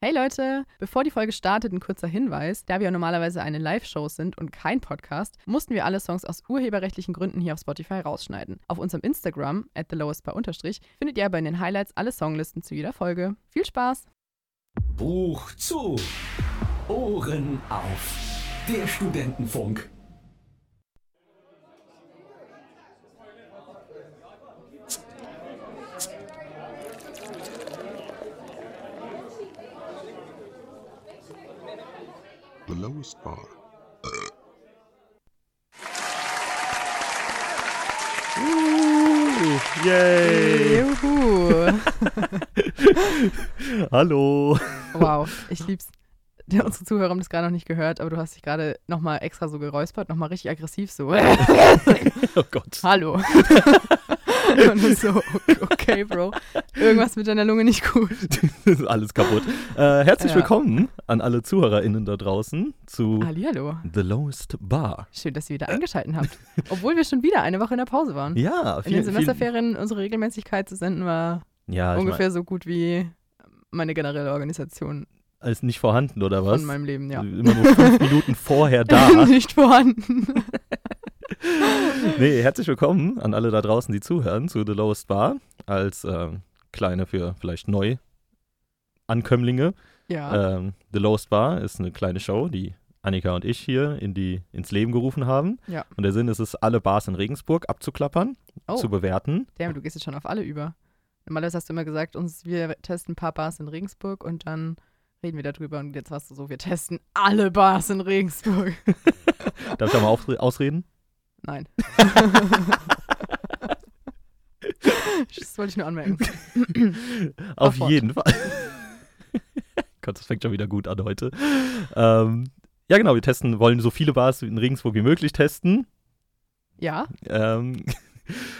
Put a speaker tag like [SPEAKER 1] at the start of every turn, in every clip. [SPEAKER 1] Hey Leute, bevor die Folge startet, ein kurzer Hinweis. Da wir ja normalerweise eine Live-Show sind und kein Podcast, mussten wir alle Songs aus urheberrechtlichen Gründen hier auf Spotify rausschneiden. Auf unserem Instagram, at findet ihr aber in den Highlights alle Songlisten zu jeder Folge. Viel Spaß!
[SPEAKER 2] Buch zu. Ohren auf. Der Studentenfunk.
[SPEAKER 3] The lowest bar.
[SPEAKER 4] Uh, yay!
[SPEAKER 1] Juhu!
[SPEAKER 4] Hallo!
[SPEAKER 1] Wow, ich lieb's. Der, unsere Zuhörer haben das gerade noch nicht gehört, aber du hast dich gerade nochmal extra so geräuspert, nochmal richtig aggressiv so.
[SPEAKER 4] Oh Gott.
[SPEAKER 1] Hallo. Und du so, okay, Bro. Irgendwas mit deiner Lunge nicht gut.
[SPEAKER 4] Das ist alles kaputt. Äh, herzlich
[SPEAKER 1] Ja. Ah,
[SPEAKER 4] willkommen an alle ZuhörerInnen da draußen zu
[SPEAKER 1] Hallihallo.
[SPEAKER 4] The Lowest Bar.
[SPEAKER 1] Schön, dass ihr wieder eingeschalten habt. Obwohl wir schon wieder eine Woche in der Pause waren.
[SPEAKER 4] Ja,
[SPEAKER 1] in den Semesterferien unsere Regelmäßigkeit zu senden war
[SPEAKER 4] ja, ich
[SPEAKER 1] ungefähr so gut wie meine generelle Organisation
[SPEAKER 4] Mein, alles nicht vorhanden, oder was? Also
[SPEAKER 1] von meinem Leben, ja.
[SPEAKER 4] Immer nur fünf Minuten vorher da.
[SPEAKER 1] Nicht vorhanden.
[SPEAKER 4] Nee, herzlich willkommen an alle da draußen, die zuhören, zu The Lowest Bar. Als ähm, kleine für vielleicht Neuankömmlinge.
[SPEAKER 1] Ja.
[SPEAKER 4] Ähm, The Lowest Bar ist eine kleine Show, die Annika und ich hier in die, ins Leben gerufen haben.
[SPEAKER 1] Ja.
[SPEAKER 4] Und der Sinn ist es, alle Bars in Regensburg abzuklappern,
[SPEAKER 1] Oh.
[SPEAKER 4] zu bewerten.
[SPEAKER 1] Damn, du gehst jetzt schon auf alle über. Normalerweise hast du immer gesagt, uns, wir testen ein paar Bars in Regensburg und dann reden wir darüber. Und jetzt hast du so, wir testen alle Bars in Regensburg.
[SPEAKER 4] Darf ich da mal auf, ausreden?
[SPEAKER 1] Nein. das wollte ich nur anmerken.
[SPEAKER 4] Auf
[SPEAKER 1] Fort.
[SPEAKER 4] jeden Fall. Gott, das fängt schon wieder gut an heute. Ähm, ja, genau, wir testen, wollen so viele Bars in Regensburg wie möglich testen.
[SPEAKER 1] Ja,
[SPEAKER 4] Ähm,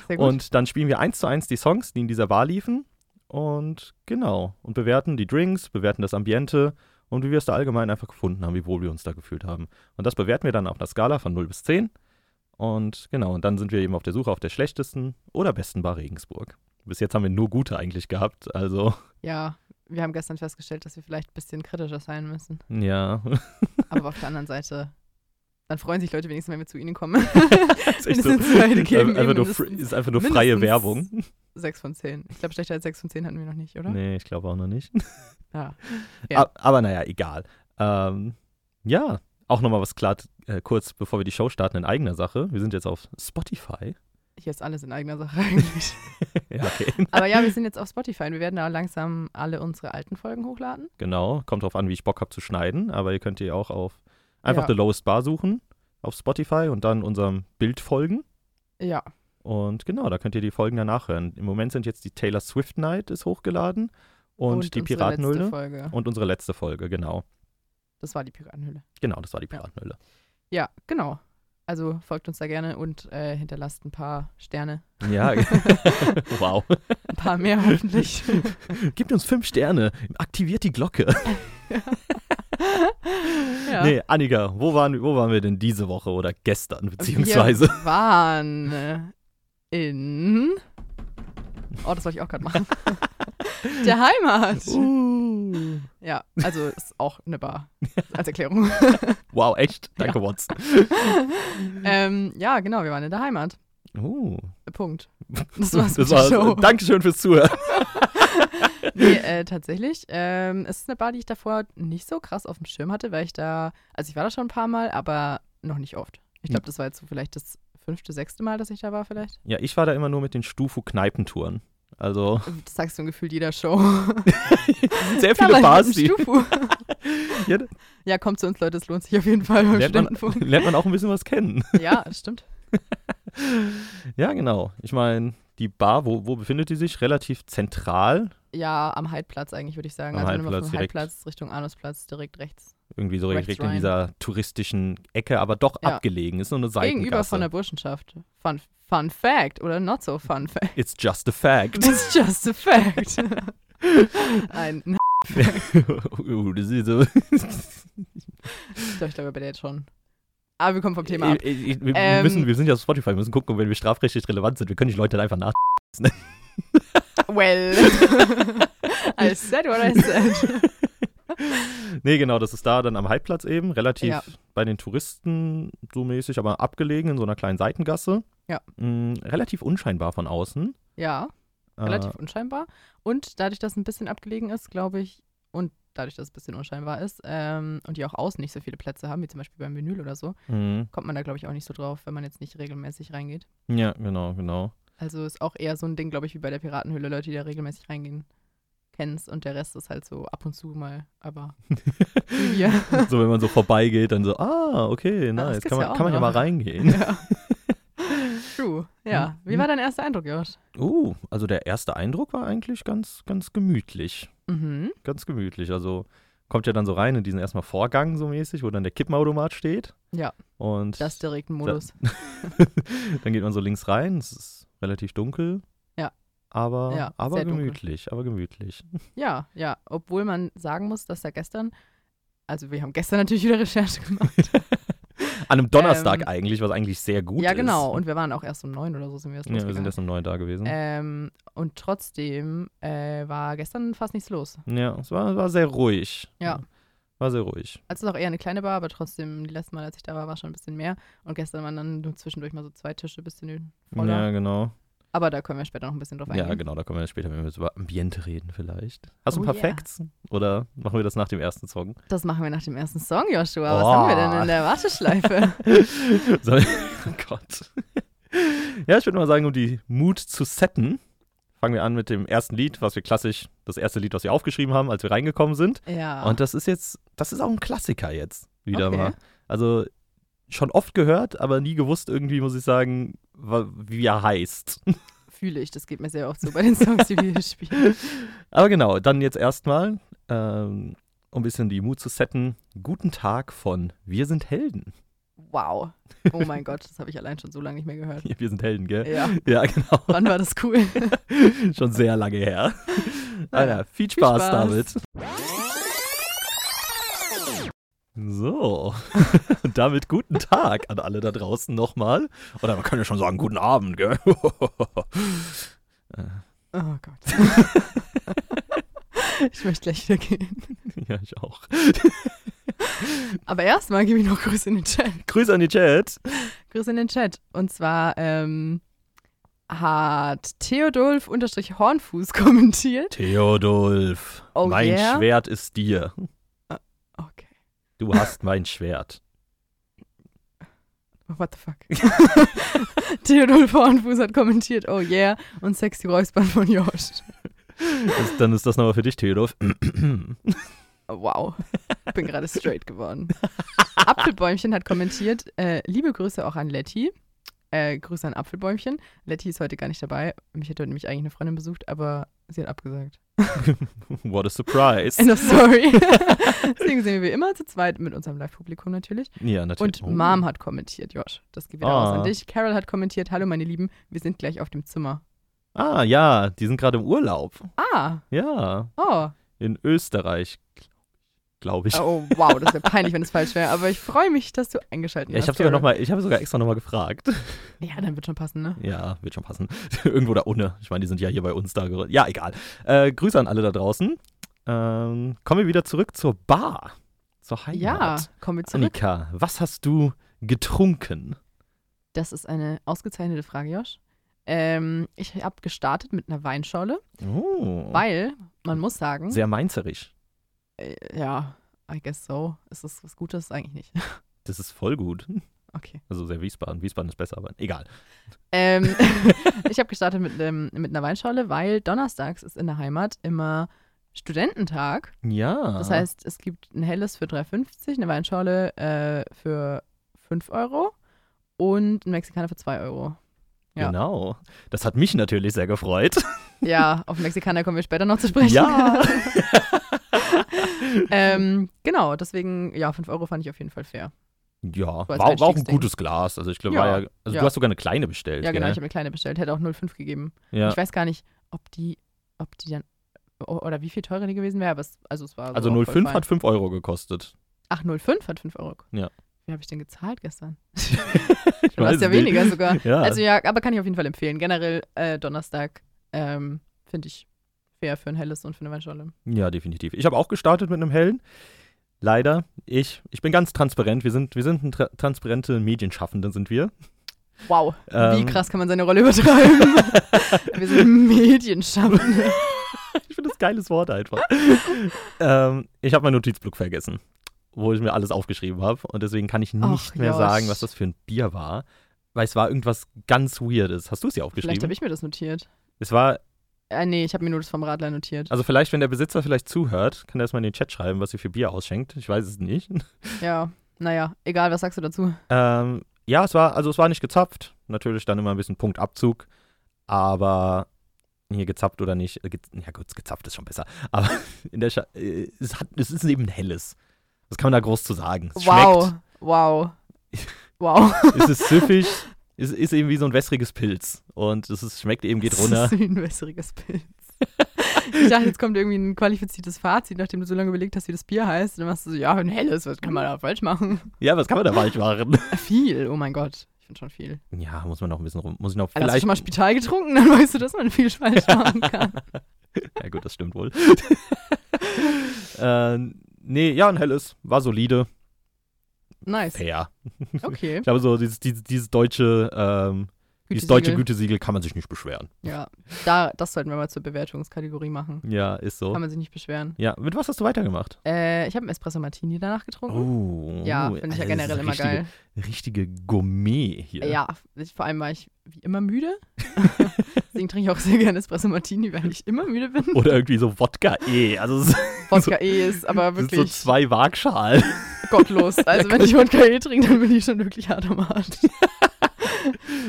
[SPEAKER 1] sehr gut.
[SPEAKER 4] und dann spielen wir eins zu eins die Songs, die in dieser Bar liefen. Und genau, und bewerten die Drinks, bewerten das Ambiente und wie wir es da allgemein einfach gefunden haben, wie wohl wir uns da gefühlt haben. Und das bewerten wir dann auf einer Skala von 0 bis 10. Und genau, und dann sind wir eben auf der Suche auf der schlechtesten oder besten Bar Regensburg. Bis jetzt haben wir nur gute eigentlich gehabt, also
[SPEAKER 1] Ja, wir haben gestern festgestellt, dass wir vielleicht ein bisschen kritischer sein müssen.
[SPEAKER 4] ja.
[SPEAKER 1] Aber auf der anderen Seite, dann freuen sich Leute wenigstens, wenn wir zu ihnen kommen.
[SPEAKER 4] ist, echt so,
[SPEAKER 1] Mindestens beide geben
[SPEAKER 4] einfach nur,
[SPEAKER 1] mindestens-
[SPEAKER 4] fr- ist einfach nur freie
[SPEAKER 1] mindestens-
[SPEAKER 4] Werbung.
[SPEAKER 1] Sechs von zehn. Ich glaube, schlechter als sechs von zehn hatten wir noch nicht, oder?
[SPEAKER 4] Nee, ich glaube auch noch nicht.
[SPEAKER 1] Ja. Ne? Ja.
[SPEAKER 4] Ab- Aber naja, egal. Ähm, ja, auch nochmal was klar, äh, kurz bevor wir die Show starten, in eigener Sache. Wir sind jetzt auf Spotify.
[SPEAKER 1] Hier ist alles in eigener Sache eigentlich.
[SPEAKER 4] ja, okay.
[SPEAKER 1] Aber ja, wir sind jetzt auf Spotify und wir werden da langsam alle unsere alten Folgen hochladen.
[SPEAKER 4] Genau, kommt drauf an, wie ich Bock habe zu schneiden. Aber ihr könnt ihr auch auf einfach
[SPEAKER 1] Ja.
[SPEAKER 4] The Lowest Bar suchen auf Spotify und dann unserem Bild folgen.
[SPEAKER 1] Ja.
[SPEAKER 4] Und genau, da könnt ihr die Folgen danach hören. Im Moment sind jetzt die Taylor Swift Night ist hochgeladen und,
[SPEAKER 1] unsere
[SPEAKER 4] die
[SPEAKER 1] letzte
[SPEAKER 4] Piratenhöhle
[SPEAKER 1] Folge.
[SPEAKER 4] und unsere letzte Folge, genau.
[SPEAKER 1] Das war die Piratenhöhle.
[SPEAKER 4] Genau, das war die
[SPEAKER 1] Ja.
[SPEAKER 4] Piratenhöhle.
[SPEAKER 1] Ja, genau. Also folgt uns da gerne und äh, hinterlasst ein paar Sterne.
[SPEAKER 4] Ja, wow.
[SPEAKER 1] Ein paar mehr hoffentlich.
[SPEAKER 4] Gebt uns fünf Sterne, aktiviert die Glocke.
[SPEAKER 1] ja.
[SPEAKER 4] Nee, Annika, wo waren, wo waren wir denn diese Woche oder gestern beziehungsweise?
[SPEAKER 1] Wir waren in. Oh, das wollte ich auch gerade machen. Der Heimat.
[SPEAKER 4] Oh. Uh.
[SPEAKER 1] Ja, also ist auch eine Bar. Als Erklärung.
[SPEAKER 4] Wow, echt? Danke, Watson.
[SPEAKER 1] ähm, ja, genau, wir waren in der Heimat.
[SPEAKER 4] Uh.
[SPEAKER 1] Punkt. Das war's mit
[SPEAKER 4] Das
[SPEAKER 1] der
[SPEAKER 4] war's.
[SPEAKER 1] Show.
[SPEAKER 4] Dankeschön fürs Zuhören.
[SPEAKER 1] Nee, äh, tatsächlich. Ähm, es ist eine Bar, die ich davor nicht so krass auf dem Schirm hatte, weil ich da, also ich war da schon ein paar Mal, aber noch nicht oft. Ich
[SPEAKER 4] Hm.
[SPEAKER 1] glaube, das war jetzt so vielleicht das fünfte, sechste Mal, dass ich da war vielleicht.
[SPEAKER 4] Ja, ich war da immer nur mit den Stufu-Kneipentouren. Also
[SPEAKER 1] Hm, Das sagst du im Gefühl jeder Show.
[SPEAKER 4] sehr
[SPEAKER 1] Da war
[SPEAKER 4] viele
[SPEAKER 1] ich
[SPEAKER 4] Bars,
[SPEAKER 1] mit
[SPEAKER 4] die
[SPEAKER 1] dem Stufu.
[SPEAKER 4] Ja,
[SPEAKER 1] Ja, kommt zu uns, Leute, es lohnt sich auf jeden Fall beim
[SPEAKER 4] lernt,
[SPEAKER 1] Studentenfunk.
[SPEAKER 4] man, lernt man auch ein bisschen was kennen.
[SPEAKER 1] Ja, stimmt.
[SPEAKER 4] Ja, genau. Ich meine, die Bar, wo, wo befindet die sich? Relativ zentral,
[SPEAKER 1] Ja, am Heidplatz eigentlich, würde ich sagen.
[SPEAKER 4] Am
[SPEAKER 1] also wenn man
[SPEAKER 4] Heidplatz
[SPEAKER 1] vom
[SPEAKER 4] direkt.
[SPEAKER 1] Heidplatz Richtung Anusplatz direkt rechts.
[SPEAKER 4] irgendwie so
[SPEAKER 1] Rechts
[SPEAKER 4] direkt in
[SPEAKER 1] rein.
[SPEAKER 4] dieser touristischen Ecke, aber doch
[SPEAKER 1] Ja.
[SPEAKER 4] abgelegen. Ist nur eine Seitengasse.
[SPEAKER 1] Gegenüber von der Burschenschaft. Fun, fun Fact oder not so fun fact.
[SPEAKER 4] It's just a fact.
[SPEAKER 1] It's just a fact. Ein,
[SPEAKER 4] uh, das ist so.
[SPEAKER 1] ich glaube, ich glaube, bei der jetzt schon. Aber wir kommen vom Thema ab.
[SPEAKER 4] Ich- ich- ich- Wir,
[SPEAKER 1] Ähm,
[SPEAKER 4] müssen, wir sind ja auf Spotify, wir müssen gucken, wenn wir strafrechtlich relevant sind. Wir können die Leute dann einfach nach.
[SPEAKER 1] Well. I said what I said.
[SPEAKER 4] Nee, genau, das ist da dann am Haidplatz eben, relativ
[SPEAKER 1] Ja.
[SPEAKER 4] bei den Touristen so mäßig, aber abgelegen in so einer kleinen Seitengasse.
[SPEAKER 1] Ja.
[SPEAKER 4] Mm, relativ unscheinbar von außen. Äh,
[SPEAKER 1] Ja, relativ unscheinbar. Und dadurch, dass es ein bisschen abgelegen ist, glaube ich, und dadurch, dass es ein bisschen unscheinbar ist ähm, und die auch außen nicht so viele Plätze haben, wie zum Beispiel beim Vinyl oder so,
[SPEAKER 4] Äh, mm,
[SPEAKER 1] kommt man da, glaube ich, auch nicht so drauf, wenn man jetzt nicht regelmäßig reingeht.
[SPEAKER 4] ja, genau, genau.
[SPEAKER 1] Also ist auch eher so ein Ding, glaube ich, wie bei der Piratenhöhle, Leute, die da regelmäßig reingehen, kennen's und der Rest ist halt so ab und zu mal, aber wie wir.
[SPEAKER 4] So, wenn man so vorbeigeht, dann so, ah, okay,
[SPEAKER 1] das
[SPEAKER 4] nice,
[SPEAKER 1] gibt's
[SPEAKER 4] kann man,
[SPEAKER 1] ja auch
[SPEAKER 4] kann man ja
[SPEAKER 1] noch.
[SPEAKER 4] mal reingehen.
[SPEAKER 1] ja. True.
[SPEAKER 4] Hm,
[SPEAKER 1] Ja. Wie war dein erster Eindruck, Josh?
[SPEAKER 4] Uh, also der erste Eindruck war eigentlich ganz, ganz gemütlich.
[SPEAKER 1] Mhm.
[SPEAKER 4] Ganz gemütlich. Also kommt ja dann so rein in diesen erstmal Vorgang so mäßig, wo dann der Kippenautomat steht.
[SPEAKER 1] Ja.
[SPEAKER 4] Und
[SPEAKER 1] Das direkten Modus.
[SPEAKER 4] dann geht man so links rein, es ist relativ dunkel.
[SPEAKER 1] Ja.
[SPEAKER 4] Aber,
[SPEAKER 1] Ja,
[SPEAKER 4] aber
[SPEAKER 1] sehr dunkel.
[SPEAKER 4] gemütlich, aber gemütlich.
[SPEAKER 1] Ja, ja, obwohl man sagen muss, dass da gestern, also wir haben gestern natürlich wieder Recherche gemacht.
[SPEAKER 4] An einem Donnerstag
[SPEAKER 1] Ähm,
[SPEAKER 4] eigentlich, was eigentlich sehr gut
[SPEAKER 1] ja,
[SPEAKER 4] ist.
[SPEAKER 1] genau, und wir waren auch erst um neun oder so sind wir erst
[SPEAKER 4] Ja, wir sind
[SPEAKER 1] losgegangen.
[SPEAKER 4] erst um neun da gewesen.
[SPEAKER 1] ähm, und trotzdem äh, war gestern fast nichts los.
[SPEAKER 4] Ja, es war, war sehr ruhig.
[SPEAKER 1] Ja.
[SPEAKER 4] War sehr ruhig.
[SPEAKER 1] Also es ist auch eher eine kleine Bar, aber trotzdem, die letzten Mal, als ich da war, war schon ein bisschen mehr. Und gestern waren dann nur zwischendurch mal so zwei Tische, bisschen voller.
[SPEAKER 4] Ja, genau.
[SPEAKER 1] Aber da können wir später noch ein bisschen drauf eingehen.
[SPEAKER 4] Ja, genau, da kommen wir später, wenn wir jetzt über Ambiente reden vielleicht. Hast du ein
[SPEAKER 1] Oh
[SPEAKER 4] paar
[SPEAKER 1] yeah.
[SPEAKER 4] Facts? Oder machen wir das nach dem ersten Song?
[SPEAKER 1] Das machen wir nach dem ersten Song, Joshua. Was haben wir denn
[SPEAKER 4] Boah.
[SPEAKER 1] in der Warteschleife?
[SPEAKER 4] So, oh Gott. Ja, ich würde mal sagen, um die Mut zu setten, fangen wir an mit dem ersten Lied, was wir klassisch, das erste Lied, was wir aufgeschrieben haben, als wir reingekommen sind.
[SPEAKER 1] ja.
[SPEAKER 4] Und das ist jetzt, das ist auch ein Klassiker jetzt, wieder
[SPEAKER 1] Ah. Okay.
[SPEAKER 4] mal. Also schon oft gehört, aber nie gewusst irgendwie, muss ich sagen, wa- wie er heißt.
[SPEAKER 1] Fühle ich, das geht mir sehr oft so bei den Songs, die wir hier spielen.
[SPEAKER 4] Aber genau, dann jetzt erstmal, ähm, um ein bisschen die Mut zu setten, guten Tag von Wir sind Helden.
[SPEAKER 1] Wow. Oh mein Gott, das habe ich allein schon so lange nicht mehr gehört.
[SPEAKER 4] Wir sind Helden, gell?
[SPEAKER 1] Ja,
[SPEAKER 4] Ja, genau.
[SPEAKER 1] wann war das cool?
[SPEAKER 4] Schon sehr lange her. Naja,
[SPEAKER 1] viel
[SPEAKER 4] viel Spaß,
[SPEAKER 1] Spaß.
[SPEAKER 4] damit. So, und damit guten Tag an alle da draußen nochmal. Oder man kann ja schon sagen, guten Abend, gell?
[SPEAKER 1] Oh Gott. Ich möchte gleich wieder gehen.
[SPEAKER 4] ja, ich auch.
[SPEAKER 1] Aber erstmal gebe ich noch Grüße in den Chat.
[SPEAKER 4] Grüße an die Chat.
[SPEAKER 1] Grüße in den Chat. Und zwar ähm, hat Theodulf-Hornfuß kommentiert.
[SPEAKER 4] Theodulf,
[SPEAKER 1] Oh
[SPEAKER 4] mein
[SPEAKER 1] yeah?
[SPEAKER 4] Schwert ist dir.
[SPEAKER 1] Okay.
[SPEAKER 4] Du hast mein Schwert.
[SPEAKER 1] What the fuck? Theodulf Hornfuß hat kommentiert, oh yeah, und sexy Räuspern von Josh.
[SPEAKER 4] Das, dann ist das nochmal für dich, Theodulf.
[SPEAKER 1] Oh, Wow, ich bin gerade straight geworden. Apfelbäumchen hat kommentiert, äh, liebe Grüße auch an Letty. Äh, Grüße an Apfelbäumchen. Letty ist heute gar nicht dabei. Mich hätte heute nämlich eigentlich eine Freundin besucht, aber sie hat abgesagt.
[SPEAKER 4] What a surprise.
[SPEAKER 1] End of story. Deswegen sind wir wie immer zu zweit mit unserem Live-Publikum natürlich.
[SPEAKER 4] Ja, natürlich. Oh.
[SPEAKER 1] Und Mom hat kommentiert, Josh. Das geht wieder raus
[SPEAKER 4] Ah.
[SPEAKER 1] an dich. Carol hat kommentiert, hallo meine Lieben, wir sind gleich auf dem Zimmer.
[SPEAKER 4] Ah, ja, die sind gerade im Urlaub.
[SPEAKER 1] Ah,
[SPEAKER 4] Ja,
[SPEAKER 1] oh.
[SPEAKER 4] in Österreich, glaube ich.
[SPEAKER 1] Oh, wow, das wäre peinlich, wenn es falsch wäre. Aber ich freue mich, dass du eingeschaltet
[SPEAKER 4] Ja, ich
[SPEAKER 1] hast.
[SPEAKER 4] habe sogar noch
[SPEAKER 1] Carol.
[SPEAKER 4] mal, ich habe sogar extra nochmal gefragt.
[SPEAKER 1] Ja, dann wird schon passen, ne?
[SPEAKER 4] Ja, wird schon passen. Irgendwo da ohne. Ich meine, die sind ja hier bei uns da. ger- Ja, egal. Äh, Grüße an alle da draußen. Ähm, kommen wir wieder zurück zur Bar, zur Heimat.
[SPEAKER 1] Ja, kommen wir zurück.
[SPEAKER 4] Annika, was hast du getrunken?
[SPEAKER 1] Das ist eine ausgezeichnete Frage, Josh. Ähm, ich habe gestartet mit einer Weinschorle,
[SPEAKER 4] Oh,
[SPEAKER 1] weil man muss sagen,
[SPEAKER 4] sehr mainzerig.
[SPEAKER 1] äh, ja, I guess so. Ist das was Gutes? Eigentlich nicht.
[SPEAKER 4] Das ist voll gut.
[SPEAKER 1] Okay.
[SPEAKER 4] Also sehr Wiesbaden. Wiesbaden ist besser, aber egal.
[SPEAKER 1] Ähm, ich habe gestartet mit, einem- mit einer Weinschorle, weil donnerstags ist in der Heimat immer Studententag.
[SPEAKER 4] Ja.
[SPEAKER 1] Das heißt, es gibt ein helles für 3,50, eine Weinschorle äh, für 5 Euro und ein Mexikaner für 2 Euro. ja.
[SPEAKER 4] Genau. Das hat mich natürlich sehr gefreut.
[SPEAKER 1] Ja, auf Mexikaner kommen wir später noch zu sprechen.
[SPEAKER 4] Ja.
[SPEAKER 1] ähm, genau, deswegen, ja, 5 Euro fand ich auf jeden Fall fair.
[SPEAKER 4] Ja,
[SPEAKER 1] So als
[SPEAKER 4] war, war auch ein
[SPEAKER 1] Einstiegsding.
[SPEAKER 4] gutes Glas. Also ich glaube,
[SPEAKER 1] Ja,
[SPEAKER 4] war ja, also
[SPEAKER 1] ja.
[SPEAKER 4] du hast sogar eine kleine bestellt.
[SPEAKER 1] Ja, genau, ich
[SPEAKER 4] gell?
[SPEAKER 1] habe mir kleine bestellt, hätte auch 0,5 gegeben.
[SPEAKER 4] ja.
[SPEAKER 1] Ich weiß gar nicht, ob die, ob die dann, o- oder wie viel teurer die gewesen wäre, aber es, also es war so
[SPEAKER 4] also
[SPEAKER 1] auch voll
[SPEAKER 4] 0,5
[SPEAKER 1] fein.
[SPEAKER 4] hat 5 Euro gekostet.
[SPEAKER 1] Ach, 0,5 hat 5 Euro. gekostet.
[SPEAKER 4] Ja.
[SPEAKER 1] Wie habe ich denn gezahlt gestern?
[SPEAKER 4] Ich
[SPEAKER 1] Du
[SPEAKER 4] weiß
[SPEAKER 1] hast ja
[SPEAKER 4] es nicht.
[SPEAKER 1] weniger sogar.
[SPEAKER 4] Ja,
[SPEAKER 1] Also ja, aber kann ich auf jeden Fall empfehlen. Generell äh, Donnerstag ähm, finde ich fair für ein helles und für eine Weinschorle.
[SPEAKER 4] ja definitiv. Ich habe auch gestartet mit einem hellen. Leider, ich, ich bin ganz transparent. Wir sind, wir sind ein tra transparente Medienschaffende, sind wir.
[SPEAKER 1] Wow, wie
[SPEAKER 4] Ähm.
[SPEAKER 1] krass kann man seine Rolle übertreiben? Wir sind Medienschaffende.
[SPEAKER 4] Ich finde das ein geiles Wort einfach. ähm, ich habe meinen Notizblock vergessen, wo ich mir alles aufgeschrieben habe. Und deswegen kann ich nicht
[SPEAKER 1] Ach,
[SPEAKER 4] mehr
[SPEAKER 1] Josh.
[SPEAKER 4] sagen, was das für ein Bier war. Weil es war irgendwas ganz Weirdes. Hast du es dir
[SPEAKER 1] Vielleicht
[SPEAKER 4] aufgeschrieben?
[SPEAKER 1] habe ich mir das notiert.
[SPEAKER 4] es war,
[SPEAKER 1] Äh, nee, ich habe mir nur das vom Radler notiert.
[SPEAKER 4] also vielleicht, wenn der Besitzer vielleicht zuhört, kann er erstmal in den Chat schreiben, was ihr für Bier ausschenkt. Ich weiß es nicht.
[SPEAKER 1] Ja, naja, egal, was sagst du dazu?
[SPEAKER 4] Ähm, ja, es war, also es war nicht gezapft. Natürlich dann immer ein bisschen Punktabzug. Aber hier gezapft oder nicht, äh, ge ja gut, gezapft ist schon besser. Aber in der Scha äh, es, hat, es ist eben ein helles. Was kann man da groß zu sagen? Es
[SPEAKER 1] Wow, wow, wow.
[SPEAKER 4] schmeckt, es ist süffig, es ist eben wie so ein wässriges Pilz. Und es ist, schmeckt eben, geht runter.
[SPEAKER 1] Das ist wie ein wässriges Pilz. Ich dachte, jetzt kommt irgendwie ein qualifiziertes Fazit, nachdem du so lange überlegt hast, wie das Bier heißt. Und dann machst du so, ja, ein helles, was kann man da falsch machen?
[SPEAKER 4] Ja, was kann man da falsch machen?
[SPEAKER 1] Viel, oh mein Gott. Ich finde schon viel.
[SPEAKER 4] Ja, muss man noch ein bisschen rum. Muss ich noch
[SPEAKER 1] Also hast du
[SPEAKER 4] vielleicht.
[SPEAKER 1] schon mal Spital getrunken, dann weißt du, dass man viel falsch machen kann.
[SPEAKER 4] ja, gut, das stimmt wohl. ähm, nee, ja, ein helles. War solide.
[SPEAKER 1] Nice,
[SPEAKER 4] Fair.
[SPEAKER 1] okay.
[SPEAKER 4] Ich glaube, so dieses, dieses, dieses deutsche, ähm, dieses deutsche
[SPEAKER 1] Gütesiegel.
[SPEAKER 4] Gütesiegel kann man sich nicht beschweren.
[SPEAKER 1] Ja, da, das sollten wir mal zur Bewertungskategorie machen.
[SPEAKER 4] Ja, ist so.
[SPEAKER 1] Kann man sich nicht beschweren.
[SPEAKER 4] Ja, mit was hast du weitergemacht?
[SPEAKER 1] Äh, ich habe einen Espresso Martini danach getrunken.
[SPEAKER 4] Oh,
[SPEAKER 1] ja, finde ich ja
[SPEAKER 4] Alter, das ist
[SPEAKER 1] generell immer
[SPEAKER 4] richtige,
[SPEAKER 1] geil.
[SPEAKER 4] Richtige Gourmet hier.
[SPEAKER 1] Ja, ich, vor allem war ich wie immer müde. Deswegen trinke ich auch sehr gerne Espresso Martini, weil ich immer müde bin.
[SPEAKER 4] Oder irgendwie so Wodka E. Also es
[SPEAKER 1] Wodka E ist aber
[SPEAKER 4] sind so
[SPEAKER 1] wirklich
[SPEAKER 4] zwei Waagschalen.
[SPEAKER 1] gottlos. Also wenn ich Wodka E trinke, dann bin ich schon wirklich hart am Arsch.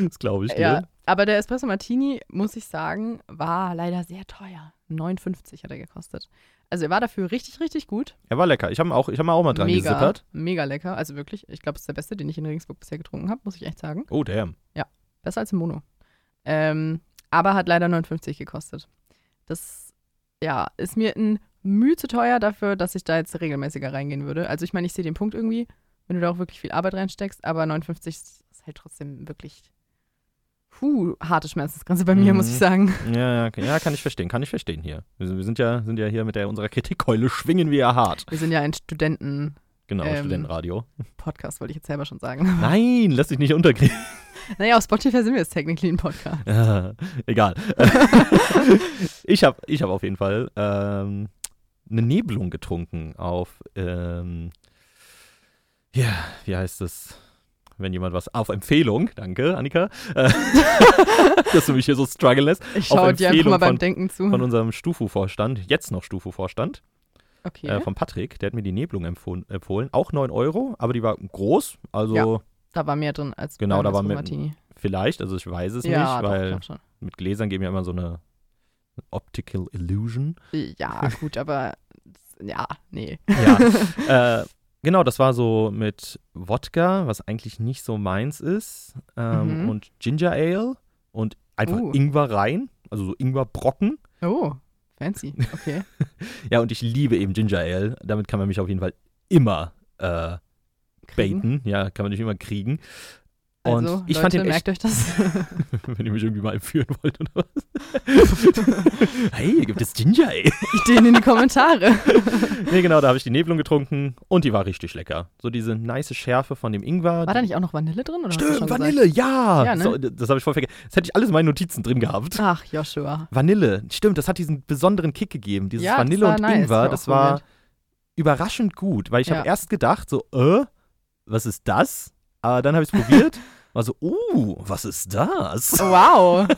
[SPEAKER 4] Das glaube ich dir.
[SPEAKER 1] Ja, aber der Espresso Martini, muss ich sagen, war leider sehr teuer. 9,50 hat er gekostet. Also er war dafür richtig, richtig gut.
[SPEAKER 4] Er war lecker. Ich habe auch, ich hab auch mal dran
[SPEAKER 1] mega,
[SPEAKER 4] gesippert.
[SPEAKER 1] mega lecker. Also wirklich, ich glaube, es ist der beste, den ich in Regensburg bisher getrunken habe, muss ich echt sagen.
[SPEAKER 4] Oh, damn.
[SPEAKER 1] Besser als im Mono. Ähm, aber hat leider 59 gekostet. Das, ja, ist mir ein Mühe zu teuer dafür, dass ich da jetzt regelmäßiger reingehen würde. Also ich meine, ich sehe den Punkt irgendwie, wenn du da auch wirklich viel Arbeit reinsteckst, aber 59 ist halt trotzdem wirklich, puh, harte Schmerzensgrenze bei mir,
[SPEAKER 4] Mhm.
[SPEAKER 1] muss ich sagen.
[SPEAKER 4] Ja, ja, ja, kann ich verstehen. Kann ich verstehen hier. Wir sind, wir sind, ja, sind ja hier mit der, unserer Kritikkeule, schwingen wir ja hart.
[SPEAKER 1] Wir sind ja ein Studenten-Podcast,
[SPEAKER 4] Genau,
[SPEAKER 1] Ähm.
[SPEAKER 4] Studentenradio.
[SPEAKER 1] wollte ich jetzt selber schon sagen.
[SPEAKER 4] Nein, lass dich nicht unterkriegen.
[SPEAKER 1] Naja, auf Spotify sind wir jetzt technically ein Podcast.
[SPEAKER 4] Äh, egal. ich habe ich hab auf jeden Fall ähm, eine Nebelung getrunken auf, ähm, ja, wie heißt es? Wenn jemand was, auf Empfehlung, danke Annika, äh, dass du mich hier so strugglen lässt,
[SPEAKER 1] Ich schaue dir einfach
[SPEAKER 4] Empfehlung
[SPEAKER 1] mal beim
[SPEAKER 4] von-
[SPEAKER 1] Denken zu.
[SPEAKER 4] von unserem Stufu-Vorstand, jetzt noch Stufu-Vorstand,
[SPEAKER 1] Okay.
[SPEAKER 4] äh, von Patrick, der hat mir die Nebelung empfohlen, empfohlen, auch 9 Euro, aber die war groß, also
[SPEAKER 1] Ja. da war mehr drin als
[SPEAKER 4] Genau,
[SPEAKER 1] beim
[SPEAKER 4] da war
[SPEAKER 1] Espresso
[SPEAKER 4] mehr-
[SPEAKER 1] Martini.
[SPEAKER 4] vielleicht, also ich weiß es
[SPEAKER 1] ja,
[SPEAKER 4] nicht, weil
[SPEAKER 1] doch, ich glaub schon.
[SPEAKER 4] mit Gläsern geben ja immer so eine Optical Illusion.
[SPEAKER 1] Ja, gut, aber ja, nee.
[SPEAKER 4] Ja. äh, genau, das war so mit Wodka, was eigentlich nicht so meins ist, ähm,
[SPEAKER 1] Mhm.
[SPEAKER 4] und Ginger Ale und einfach
[SPEAKER 1] Uh.
[SPEAKER 4] Ingwer rein, also so Ingwerbrocken.
[SPEAKER 1] Oh, fancy. Okay.
[SPEAKER 4] Ja, und ich liebe eben Ginger Ale. Damit kann man mich auf jeden Fall immer äh,
[SPEAKER 1] Kriegen.
[SPEAKER 4] baiten. Ja, kann man nicht immer kriegen. Und
[SPEAKER 1] also,
[SPEAKER 4] ich
[SPEAKER 1] Leute,
[SPEAKER 4] fand den echt,
[SPEAKER 1] merkt euch das.
[SPEAKER 4] wenn ihr mich irgendwie mal entführen wollt oder was. hey, hier gibt es Ginger Ale.
[SPEAKER 1] Ideen in die Kommentare.
[SPEAKER 4] nee, genau, da habe ich die Nebelung getrunken und die war richtig lecker. So diese nice Schärfe von dem Ingwer.
[SPEAKER 1] War da nicht auch noch Vanille drin? Oder hast du schon
[SPEAKER 4] Stimmt,
[SPEAKER 1] gesagt?
[SPEAKER 4] Vanille, ja.
[SPEAKER 1] Ja, ne?
[SPEAKER 4] so, d- das habe ich voll vergessen. Das hätte ich alles in meinen Notizen drin gehabt.
[SPEAKER 1] Ach, Joshua.
[SPEAKER 4] Vanille, stimmt, das hat diesen besonderen Kick gegeben. Dieses
[SPEAKER 1] Ja, das
[SPEAKER 4] Vanille
[SPEAKER 1] war
[SPEAKER 4] und
[SPEAKER 1] nice,
[SPEAKER 4] Ingwer,
[SPEAKER 1] war
[SPEAKER 4] das
[SPEAKER 1] auch
[SPEAKER 4] war
[SPEAKER 1] weird.
[SPEAKER 4] überraschend gut, weil ich
[SPEAKER 1] Ja.
[SPEAKER 4] habe erst gedacht, so, äh, was ist das? Aber dann habe ich es probiert, war so, uh, was ist das?
[SPEAKER 1] Oh, Wow.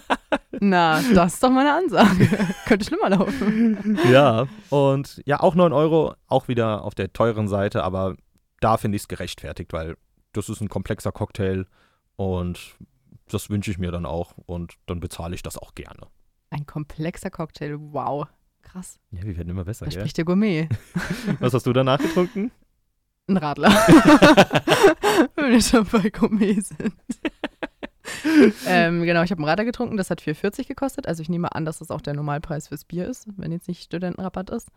[SPEAKER 1] Na, das ist doch meine Ansage. Könnte schlimmer laufen.
[SPEAKER 4] ja, und ja, auch 9 Euro, auch wieder auf der teuren Seite, aber da finde ich es gerechtfertigt, weil das ist ein komplexer Cocktail und das wünsche ich mir dann auch und dann bezahle ich das auch gerne.
[SPEAKER 1] Ein komplexer Cocktail. Wow. Krass.
[SPEAKER 4] Ja, wir werden immer besser,
[SPEAKER 1] Da
[SPEAKER 4] gell?
[SPEAKER 1] spricht der Gourmet.
[SPEAKER 4] Was hast du danach getrunken?
[SPEAKER 1] Ein Radler. Wenn wir schon bei Gourmet sind. ähm, genau, ich habe einen Radler getrunken, das hat 4,40 gekostet. Also ich nehme an, dass das auch der Normalpreis fürs Bier ist, wenn jetzt nicht Studentenrabatt ist.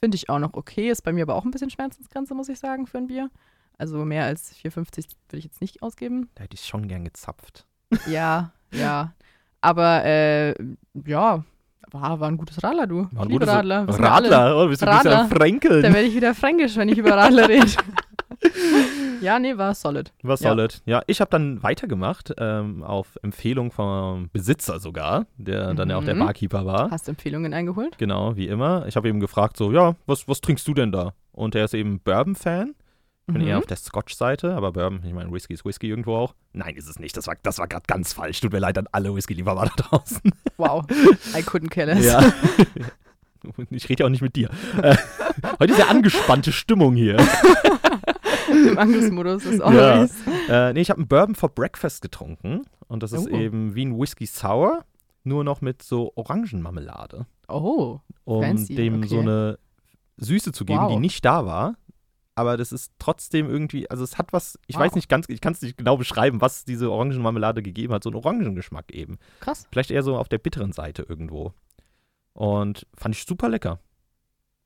[SPEAKER 1] Finde ich auch noch okay, ist bei mir aber auch ein bisschen Schmerzensgrenze, muss ich sagen, für ein Bier. Also mehr als 4,50 würde ich jetzt nicht ausgeben.
[SPEAKER 4] Da hätte ich schon gern gezapft.
[SPEAKER 1] Ja, ja. Aber äh, ja, war, war ein gutes Radler, du.
[SPEAKER 4] War ein
[SPEAKER 1] Liebe
[SPEAKER 4] gutes
[SPEAKER 1] Radler. wir sind ja alle-
[SPEAKER 4] Radler, oh, bist du bist ja
[SPEAKER 1] Radler. Da
[SPEAKER 4] Fränkeln.
[SPEAKER 1] werde ich wieder fränkisch, wenn ich über Radler rede. ja, nee, war solid.
[SPEAKER 4] Was
[SPEAKER 1] Ja.
[SPEAKER 4] solid. Ja, ich habe dann weitergemacht, ähm, auf Empfehlung vom Besitzer sogar, der dann ja auch der
[SPEAKER 1] Mhm.
[SPEAKER 4] Barkeeper war.
[SPEAKER 1] Hast Empfehlungen eingeholt?
[SPEAKER 4] Genau, wie immer. Ich habe eben gefragt, so, ja, was, was trinkst du denn da? Und er ist eben Bourbon-Fan. Ich bin
[SPEAKER 1] Mhm.
[SPEAKER 4] eher auf der Scotch-Seite, aber Bourbon, ich meine, Whisky ist Whisky irgendwo auch. Nein, ist es nicht. Das war, das war gerade ganz falsch. Tut mir leid an alle Whisky-Liebhaber da draußen.
[SPEAKER 1] Wow, I couldn't care less.
[SPEAKER 4] Ja. Ich rede ja auch nicht mit dir. Äh, Heute ist ja angespannte Stimmung hier.
[SPEAKER 1] Im Angriffsmodus ist always.
[SPEAKER 4] Äh, nee, ich habe einen Bourbon for Breakfast getrunken. Und das ist
[SPEAKER 1] Oh.
[SPEAKER 4] eben wie ein Whisky Sour, nur noch mit so Orangenmarmelade.
[SPEAKER 1] Oh,
[SPEAKER 4] Um
[SPEAKER 1] Fancy,
[SPEAKER 4] dem so
[SPEAKER 1] okay.
[SPEAKER 4] eine Süße zu geben, die
[SPEAKER 1] Wow.
[SPEAKER 4] nicht da war. Aber das ist trotzdem irgendwie, also es hat was, ich
[SPEAKER 1] Wow.
[SPEAKER 4] weiß nicht ganz, ich kann es nicht genau beschreiben, was diese Orangenmarmelade gegeben hat. So einen Orangengeschmack eben.
[SPEAKER 1] krass.
[SPEAKER 4] Vielleicht eher so auf der bitteren Seite irgendwo. Und fand ich super lecker.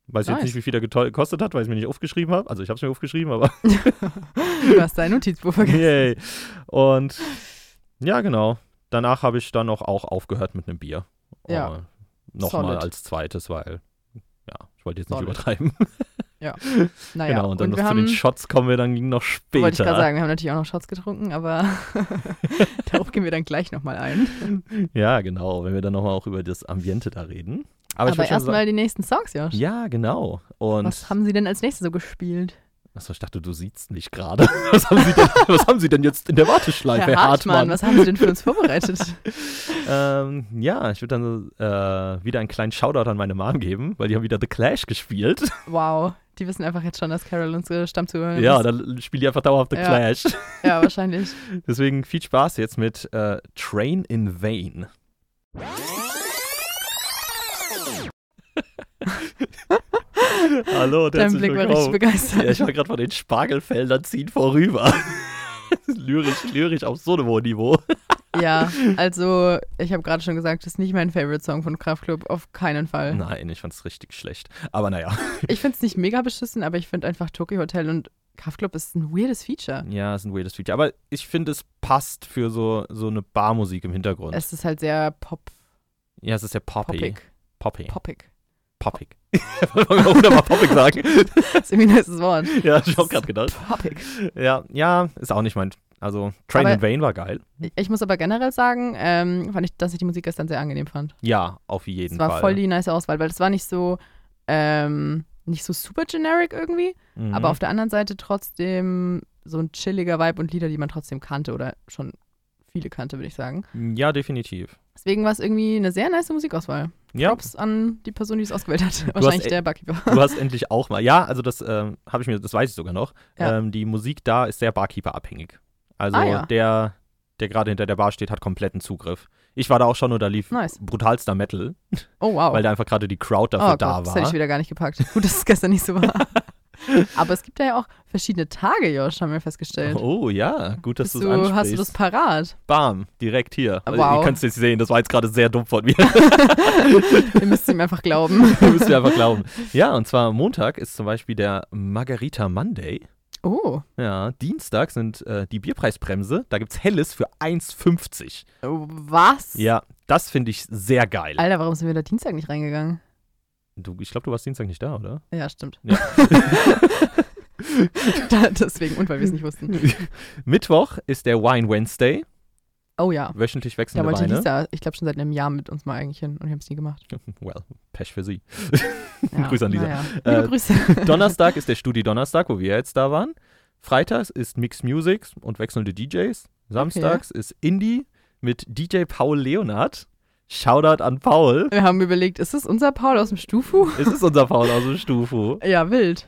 [SPEAKER 4] Weiß jetzt
[SPEAKER 1] Nice.
[SPEAKER 4] nicht, wie viel der geto- gekostet hat, weil ich es mir nicht aufgeschrieben habe. Also ich habe es mir aufgeschrieben, aber
[SPEAKER 1] Du hast dein Notizbuch vergessen.
[SPEAKER 4] Yay. Und ja, genau. Danach habe ich dann auch, auch aufgehört mit einem Bier.
[SPEAKER 1] Ja.
[SPEAKER 4] Oh, Nochmal
[SPEAKER 1] Solid.
[SPEAKER 4] als zweites, weil, ja, ich wollte jetzt nicht
[SPEAKER 1] Solid.
[SPEAKER 4] übertreiben.
[SPEAKER 1] Naja,
[SPEAKER 4] genau, und dann
[SPEAKER 1] wir
[SPEAKER 4] noch zu
[SPEAKER 1] haben,
[SPEAKER 4] den Shots kommen wir dann noch später.
[SPEAKER 1] wollte ich gerade sagen, wir haben natürlich auch noch Shots getrunken, aber darauf gehen wir dann gleich nochmal ein.
[SPEAKER 4] Ja, genau, wenn wir dann nochmal auch über das Ambiente da reden. Aber, ich
[SPEAKER 1] Aber
[SPEAKER 4] wollte schon
[SPEAKER 1] erstmal die nächsten Songs, Josh.
[SPEAKER 4] sagen, ja, genau. Und
[SPEAKER 1] Was haben sie denn als nächstes so gespielt?
[SPEAKER 4] achso, ich dachte, du siehst mich gerade. Was, haben Sie denn- was haben Sie denn jetzt in der Warteschleife,
[SPEAKER 1] Herr Hartmann, was haben sie denn für uns vorbereitet?
[SPEAKER 4] Ähm, ja, ich würde dann äh, wieder einen kleinen Shoutout an meine Mom geben, weil die haben wieder The Clash gespielt.
[SPEAKER 1] Wow, die wissen einfach jetzt schon, dass Carol unsere Stammzuhörerin
[SPEAKER 4] Ja,
[SPEAKER 1] ist.
[SPEAKER 4] dann spielen die einfach dauerhaft The
[SPEAKER 1] Ja.
[SPEAKER 4] Clash.
[SPEAKER 1] Ja, wahrscheinlich.
[SPEAKER 4] Deswegen viel Spaß jetzt mit äh, Train in Vain. Hallo, und
[SPEAKER 1] Dein
[SPEAKER 4] herzlich
[SPEAKER 1] Blick war
[SPEAKER 4] willkommen.
[SPEAKER 1] richtig begeistert.
[SPEAKER 4] ja, ich war gerade von den Spargelfeldern ziehen vorüber. lyrisch, lyrisch auf so einem hohen Niveau.
[SPEAKER 1] Ja, also ich habe gerade schon gesagt, das ist nicht mein Favorite Song von Kraftklub, auf keinen Fall.
[SPEAKER 4] Nein, ich fand's richtig schlecht. Aber naja.
[SPEAKER 1] Ich finde es nicht mega beschissen, aber ich finde einfach Tokyo Hotel und Kraftklub ist ein weirdes Feature.
[SPEAKER 4] Ja, ist ein weirdes Feature. Aber ich finde, es passt für so, so eine Barmusik im Hintergrund.
[SPEAKER 1] Es ist halt sehr pop,
[SPEAKER 4] ja, es ist ja poppy.
[SPEAKER 1] poppig.
[SPEAKER 4] Poppy.
[SPEAKER 1] Poppig.
[SPEAKER 4] Poppig. Wollen wir auch wieder mal poppig sagen?
[SPEAKER 1] Das ist irgendwie ein nices Wort.
[SPEAKER 4] ja, hab ich auch gerade gedacht.
[SPEAKER 1] Poppig.
[SPEAKER 4] Ja, ja, ist auch nicht mein. Also, Train
[SPEAKER 1] Aber-
[SPEAKER 4] in Vain war geil.
[SPEAKER 1] Ich muss aber generell sagen, ähm, fand ich, dass ich die Musik gestern sehr angenehm fand.
[SPEAKER 4] Ja, auf jeden
[SPEAKER 1] Es war
[SPEAKER 4] Fall.
[SPEAKER 1] voll die nice Auswahl, weil das war nicht so, ähm, nicht so super generic irgendwie,
[SPEAKER 4] mhm.
[SPEAKER 1] aber auf der anderen Seite trotzdem so ein chilliger Vibe und Lieder, die man trotzdem kannte oder schon viele kannte, würde ich sagen.
[SPEAKER 4] Ja, definitiv.
[SPEAKER 1] Deswegen war es irgendwie eine sehr nice Musikauswahl.
[SPEAKER 4] Ja,
[SPEAKER 1] Props an die Person, die es ausgewählt hat. Wahrscheinlich
[SPEAKER 4] e-
[SPEAKER 1] der Barkeeper.
[SPEAKER 4] du hast endlich auch mal. Ja, also das ähm, habe ich mir, das weiß ich sogar noch.
[SPEAKER 1] Ja.
[SPEAKER 4] Ähm, die Musik da ist sehr Barkeeper-abhängig. Also
[SPEAKER 1] Ah, ja.
[SPEAKER 4] der, der gerade hinter der Bar steht, hat kompletten Zugriff. Ich war da auch schon und da lief
[SPEAKER 1] Nice.
[SPEAKER 4] brutalster Metal,
[SPEAKER 1] Oh wow.
[SPEAKER 4] weil da einfach gerade die Crowd
[SPEAKER 1] oh
[SPEAKER 4] dafür
[SPEAKER 1] Gott,
[SPEAKER 4] da
[SPEAKER 1] das hätte ich
[SPEAKER 4] war.
[SPEAKER 1] wieder gar nicht gepackt. Gut, dass es gestern nicht so war. Aber es gibt da ja auch verschiedene Tage, Josh, haben wir festgestellt.
[SPEAKER 4] Oh ja, gut, dass
[SPEAKER 1] Bist
[SPEAKER 4] du es
[SPEAKER 1] du,
[SPEAKER 4] ansprichst.
[SPEAKER 1] hast du das parat?
[SPEAKER 4] Bam, direkt hier. Also,
[SPEAKER 1] Wow.
[SPEAKER 4] Ihr könnt es jetzt sehen, das war jetzt gerade sehr dumm von mir.
[SPEAKER 1] Ihr müsst ihm einfach glauben.
[SPEAKER 4] Müsst ihr einfach glauben. Ja, und zwar Montag ist zum Beispiel der Margarita Monday.
[SPEAKER 1] Oh.
[SPEAKER 4] Ja, Dienstag sind äh, die Bierpreisbremse. Da gibt's Helles für 1,50.
[SPEAKER 1] Was?
[SPEAKER 4] Ja, das finde ich sehr geil.
[SPEAKER 1] Alter, warum sind wir da Dienstag nicht reingegangen?
[SPEAKER 4] Du, ich glaube, du warst Dienstag nicht da, oder?
[SPEAKER 1] Ja, stimmt.
[SPEAKER 4] Ja.
[SPEAKER 1] Da- Deswegen, und weil wir es nicht wussten.
[SPEAKER 4] Mittwoch ist der Wine Wednesday.
[SPEAKER 1] Oh ja.
[SPEAKER 4] Wöchentlich
[SPEAKER 1] Da
[SPEAKER 4] wechselnde
[SPEAKER 1] wollte
[SPEAKER 4] Weine.
[SPEAKER 1] Lisa, ich glaube, schon seit einem Jahr mit uns mal eigentlich hin und wir haben es nie gemacht.
[SPEAKER 4] Well, Pech für sie.
[SPEAKER 1] Ja,
[SPEAKER 4] Grüße an Lisa.
[SPEAKER 1] naja. Liebe
[SPEAKER 4] Äh,
[SPEAKER 1] Grüße.
[SPEAKER 4] Donnerstag ist der Studi Donnerstag, wo wir jetzt da waren. Freitags ist Mix Music und wechselnde DJs. Samstags ist Indie mit DJ Paul Leonard. Shoutout an Paul.
[SPEAKER 1] Wir haben überlegt, ist das unser Paul aus dem Stufu?
[SPEAKER 4] Es ist unser Paul aus dem Stufu.
[SPEAKER 1] Ja, wild.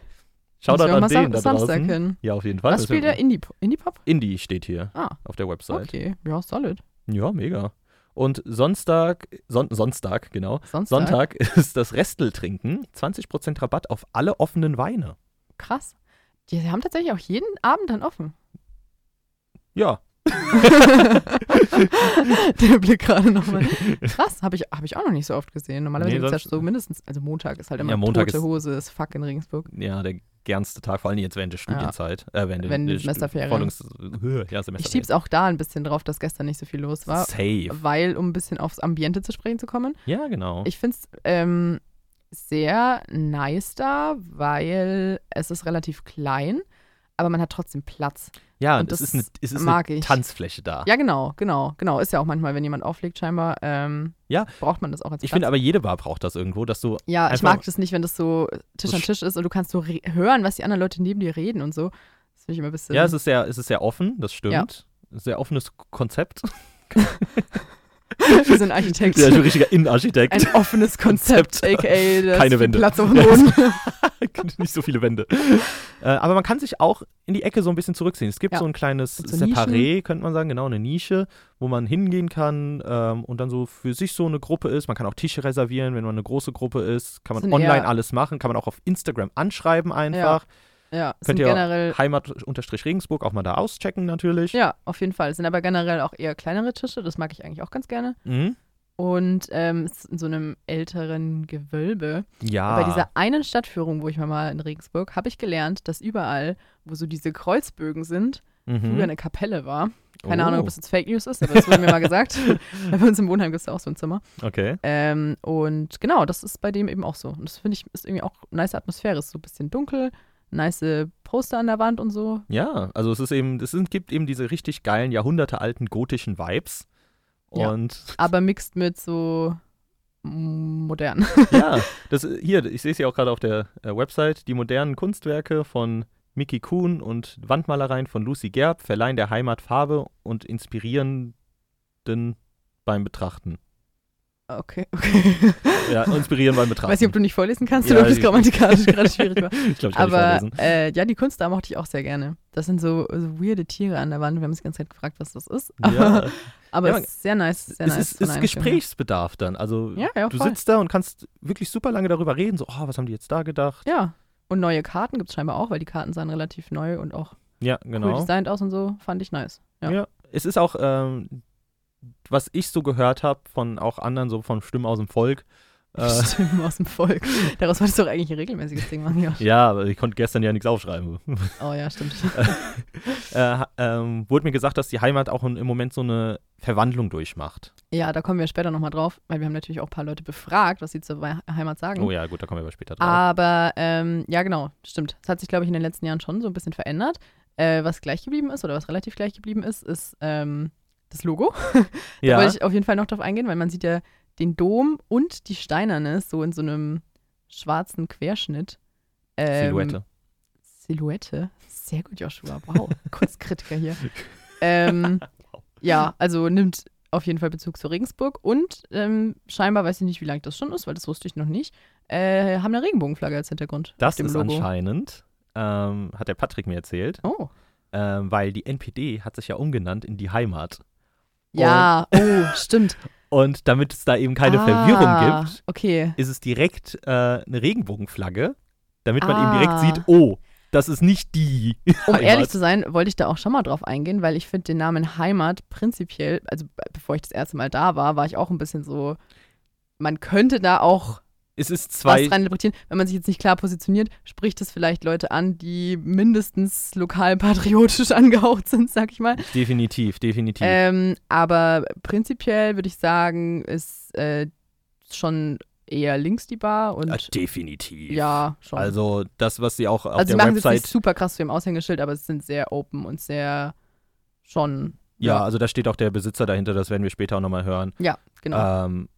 [SPEAKER 4] Shoutout
[SPEAKER 1] Müssen wir
[SPEAKER 4] an
[SPEAKER 1] mal
[SPEAKER 4] den
[SPEAKER 1] Sam-
[SPEAKER 4] da
[SPEAKER 1] Samstag
[SPEAKER 4] draußen.
[SPEAKER 1] hin.
[SPEAKER 4] Ja, auf jeden Fall.
[SPEAKER 1] Was spielt der? Indie- Indie-Pop?
[SPEAKER 4] Indie steht hier
[SPEAKER 1] ah,
[SPEAKER 4] auf der Website.
[SPEAKER 1] okay. Ja, solid.
[SPEAKER 4] Ja, mega. Und Sonntag, Son Sonntag, genau.
[SPEAKER 1] Sonntag.
[SPEAKER 4] Sonntag ist das Resteltrinken. 20% Rabatt auf alle offenen Weine.
[SPEAKER 1] Krass. Die haben tatsächlich auch jeden Abend dann offen.
[SPEAKER 4] Ja,
[SPEAKER 1] Der Blick gerade nochmal. Krass, habe ich, hab ich auch noch nicht so oft gesehen. Normalerweise
[SPEAKER 4] Nee,
[SPEAKER 1] gibt's ja
[SPEAKER 4] sonst-
[SPEAKER 1] so mindestens, also Montag ist halt immer
[SPEAKER 4] Ja, Montag
[SPEAKER 1] tote
[SPEAKER 4] ist-
[SPEAKER 1] Hose, ist fuck in Regensburg.
[SPEAKER 4] ja, der gernste Tag, vor allem jetzt während der Studienzeit. Äh, während der-
[SPEAKER 1] Wenn
[SPEAKER 4] der Stu-
[SPEAKER 1] Semesterferien.
[SPEAKER 4] Vollungs ja,
[SPEAKER 1] Ich
[SPEAKER 4] Semesterferien.
[SPEAKER 1] schieb's auch da ein bisschen drauf, dass gestern nicht so viel los war,
[SPEAKER 4] Safe.
[SPEAKER 1] weil, um ein bisschen aufs Ambiente zu sprechen zu kommen,
[SPEAKER 4] Ja, genau.
[SPEAKER 1] ich find's ähm, sehr nice da, weil es ist relativ klein, aber man hat trotzdem Platz.
[SPEAKER 4] ja,
[SPEAKER 1] und
[SPEAKER 4] und es
[SPEAKER 1] das
[SPEAKER 4] ist eine, es ist
[SPEAKER 1] mag
[SPEAKER 4] eine
[SPEAKER 1] ich.
[SPEAKER 4] Tanzfläche da.
[SPEAKER 1] Ja, genau, genau, genau. Ist ja auch manchmal, wenn jemand auflegt, scheinbar ähm,
[SPEAKER 4] Ja.
[SPEAKER 1] braucht man das auch als
[SPEAKER 4] Ich
[SPEAKER 1] Platz.
[SPEAKER 4] finde aber, jede Bar braucht das irgendwo, dass du
[SPEAKER 1] ja, ich
[SPEAKER 4] einfach-
[SPEAKER 1] mag das nicht, wenn das so Tisch
[SPEAKER 4] So
[SPEAKER 1] an
[SPEAKER 4] sch-
[SPEAKER 1] Tisch ist und du kannst so re- hören, was die anderen Leute neben dir reden und so. Das finde ich immer ein bisschen.
[SPEAKER 4] Ja, es ist sehr, es ist sehr offen, das stimmt. Sehr offenes Konzept.
[SPEAKER 1] wir sind Architekt.
[SPEAKER 4] Ja, ich bin richtiger Innenarchitekt.
[SPEAKER 1] ein offenes Konzept,
[SPEAKER 4] Konzept.
[SPEAKER 1] a.k.a. das
[SPEAKER 4] Keine
[SPEAKER 1] viel
[SPEAKER 4] Wände.
[SPEAKER 1] Platz auf dem Boden.
[SPEAKER 4] Nicht so viele Wände. Äh, aber man kann sich auch in die Ecke so ein bisschen zurückziehen. Es gibt
[SPEAKER 1] Ja.
[SPEAKER 4] so ein kleines
[SPEAKER 1] Und so
[SPEAKER 4] Separé, könnte man sagen, genau, eine Nische, wo man hingehen kann ähm, und dann so für sich so eine Gruppe ist. Man kann auch Tische reservieren, wenn man eine große Gruppe ist. Kann man
[SPEAKER 1] Sind
[SPEAKER 4] online
[SPEAKER 1] eher-
[SPEAKER 4] alles machen, kann man auch auf Instagram anschreiben einfach.
[SPEAKER 1] Ja, es sind
[SPEAKER 4] Könnt ihr
[SPEAKER 1] generell,
[SPEAKER 4] Heimat-Regensburg auch mal da auschecken natürlich.
[SPEAKER 1] ja, auf jeden Fall. Es sind aber generell auch eher kleinere Tische, das mag ich eigentlich auch ganz gerne.
[SPEAKER 4] Mhm.
[SPEAKER 1] Und ähm, es ist in so einem älteren Gewölbe.
[SPEAKER 4] ja.
[SPEAKER 1] Bei dieser einen Stadtführung, wo ich mal war in Regensburg, habe ich gelernt, dass überall, wo so diese Kreuzbögen sind, früher eine Kapelle war. Keine
[SPEAKER 4] Mhm. Oh.
[SPEAKER 1] Ahnung, ob das jetzt Fake News ist, aber das wurde mir mal gesagt. Bei uns im Wohnheim gibt es auch so ein Zimmer.
[SPEAKER 4] Oh, Okay.
[SPEAKER 1] Ähm, und genau, das ist bei dem eben auch so. Und das finde ich, ist irgendwie auch eine nice Atmosphäre. Ist so ein bisschen dunkel, nice äh, Poster an der Wand und so.
[SPEAKER 4] Ja, also es ist eben, es sind, gibt eben diese richtig geilen, jahrhundertealten gotischen Vibes.
[SPEAKER 1] Ja.
[SPEAKER 4] Und
[SPEAKER 1] Aber mixed mit so mm, modern.
[SPEAKER 4] ja, das hier, ich sehe es ja auch gerade auf der äh, Website, die modernen Kunstwerke von Mickey Kuhn und Wandmalereien von Lucy Gerb verleihen der Heimat Farbe und inspirierenden beim Betrachten.
[SPEAKER 1] Okay, okay.
[SPEAKER 4] Ja, inspirieren beim Betrachten.
[SPEAKER 1] Weiß nicht, ob du nicht vorlesen kannst
[SPEAKER 4] Ja,
[SPEAKER 1] oder ob das
[SPEAKER 4] ich-
[SPEAKER 1] grammatikalisch gerade schwierig war.
[SPEAKER 4] ich glaube, ich kann nicht
[SPEAKER 1] Aber
[SPEAKER 4] vorlesen.
[SPEAKER 1] äh, ja, die Kunst da mochte ich auch sehr gerne. Das sind so, so weirde Tiere an der Wand. Wir haben uns die ganze Zeit gefragt, was das ist.
[SPEAKER 4] Ja.
[SPEAKER 1] Aber
[SPEAKER 4] Ja,
[SPEAKER 1] es ist sehr nice. Sehr
[SPEAKER 4] es
[SPEAKER 1] nice
[SPEAKER 4] ist,
[SPEAKER 1] von
[SPEAKER 4] ist
[SPEAKER 1] allen
[SPEAKER 4] Gesprächsbedarf dann. Also
[SPEAKER 1] Ja, ja,
[SPEAKER 4] du
[SPEAKER 1] voll.
[SPEAKER 4] sitzt da und kannst wirklich super lange darüber reden, so, oh, was haben die jetzt da gedacht?
[SPEAKER 1] Firmen. Ja. Und neue Karten gibt es scheinbar auch, weil die Karten sahen relativ neu und auch
[SPEAKER 4] Ja,
[SPEAKER 1] cool
[SPEAKER 4] genau.
[SPEAKER 1] designt aus und so. Fand ich nice. Ja.
[SPEAKER 4] Ja. Es ist auch, ähm, was ich so gehört habe von auch anderen, so von Stimmen aus dem Volk. Äh,
[SPEAKER 1] Stimmen aus dem Volk. Daraus wolltest du doch eigentlich ein regelmäßiges Ding machen, ja.
[SPEAKER 4] ja, aber ich konnte gestern ja nichts aufschreiben.
[SPEAKER 1] Oh ja, stimmt.
[SPEAKER 4] äh, ha- ähm, wurde mir gesagt, dass die Heimat auch in, im Moment so eine Verwandlung durchmacht.
[SPEAKER 1] Ja, da kommen wir später nochmal drauf, weil wir haben natürlich auch ein paar Leute befragt, was sie zur Wei- Heimat sagen.
[SPEAKER 4] Oh ja, gut, da kommen wir aber später drauf.
[SPEAKER 1] Ah, Aber ähm, ja, genau, stimmt. Es hat sich, glaube ich, in den letzten Jahren schon so ein bisschen verändert. Äh, was gleich geblieben ist oder was relativ gleich geblieben ist, ist ähm, das Logo. Da
[SPEAKER 4] ja,
[SPEAKER 1] wollte ich auf jeden Fall noch drauf eingehen, weil man sieht ja den Dom und die Steinerne so in so einem schwarzen Querschnitt. Ähm,
[SPEAKER 4] Silhouette.
[SPEAKER 1] Silhouette. Sehr gut, Joshua. Wow, Kunstkritiker hier. ähm, Ja, also nimmt auf jeden Fall Bezug zu Regensburg und ähm, scheinbar weiß ich nicht, wie lang das schon ist, weil das wusste ich noch nicht, äh, haben eine Regenbogenflagge als Hintergrund. auf
[SPEAKER 4] Das
[SPEAKER 1] dem
[SPEAKER 4] ist
[SPEAKER 1] Logo.
[SPEAKER 4] anscheinend, ähm, hat der Patrick mir erzählt,
[SPEAKER 1] Oh.
[SPEAKER 4] ähm, weil die NPD hat sich ja umgenannt in die Heimat.
[SPEAKER 1] Ja, oh, stimmt.
[SPEAKER 4] Und damit es da eben keine
[SPEAKER 1] ah,
[SPEAKER 4] Verwirrung gibt,
[SPEAKER 1] Okay.
[SPEAKER 4] ist es direkt äh, eine Regenbogenflagge, damit man
[SPEAKER 1] Ah.
[SPEAKER 4] eben direkt sieht, oh, das ist nicht die.
[SPEAKER 1] Um
[SPEAKER 4] Heimat.
[SPEAKER 1] ehrlich zu sein, wollte ich da auch schon mal drauf eingehen, weil ich finde den Namen Heimat prinzipiell, also be- bevor ich das erste Mal da war, war ich auch ein bisschen so, man könnte da auch
[SPEAKER 4] Es ist zwei.
[SPEAKER 1] was rein interpretieren. Wenn man sich jetzt nicht klar positioniert, spricht es vielleicht Leute an, die mindestens lokal patriotisch angehaucht sind, sag ich mal.
[SPEAKER 4] Definitiv, definitiv.
[SPEAKER 1] Ähm, aber prinzipiell würde ich sagen, ist äh, schon eher links die Bar und
[SPEAKER 4] Äh, definitiv.
[SPEAKER 1] ja, schon.
[SPEAKER 4] Also das, was sie auch auf
[SPEAKER 1] Also sie
[SPEAKER 4] der
[SPEAKER 1] machen es jetzt
[SPEAKER 4] Website.
[SPEAKER 1] nicht super krass zu ihrem Aushängeschild, aber es sind sehr open und sehr schon.
[SPEAKER 4] ja, also da steht auch der Besitzer dahinter, das werden wir später auch nochmal hören.
[SPEAKER 1] Ja, genau.
[SPEAKER 4] Ähm,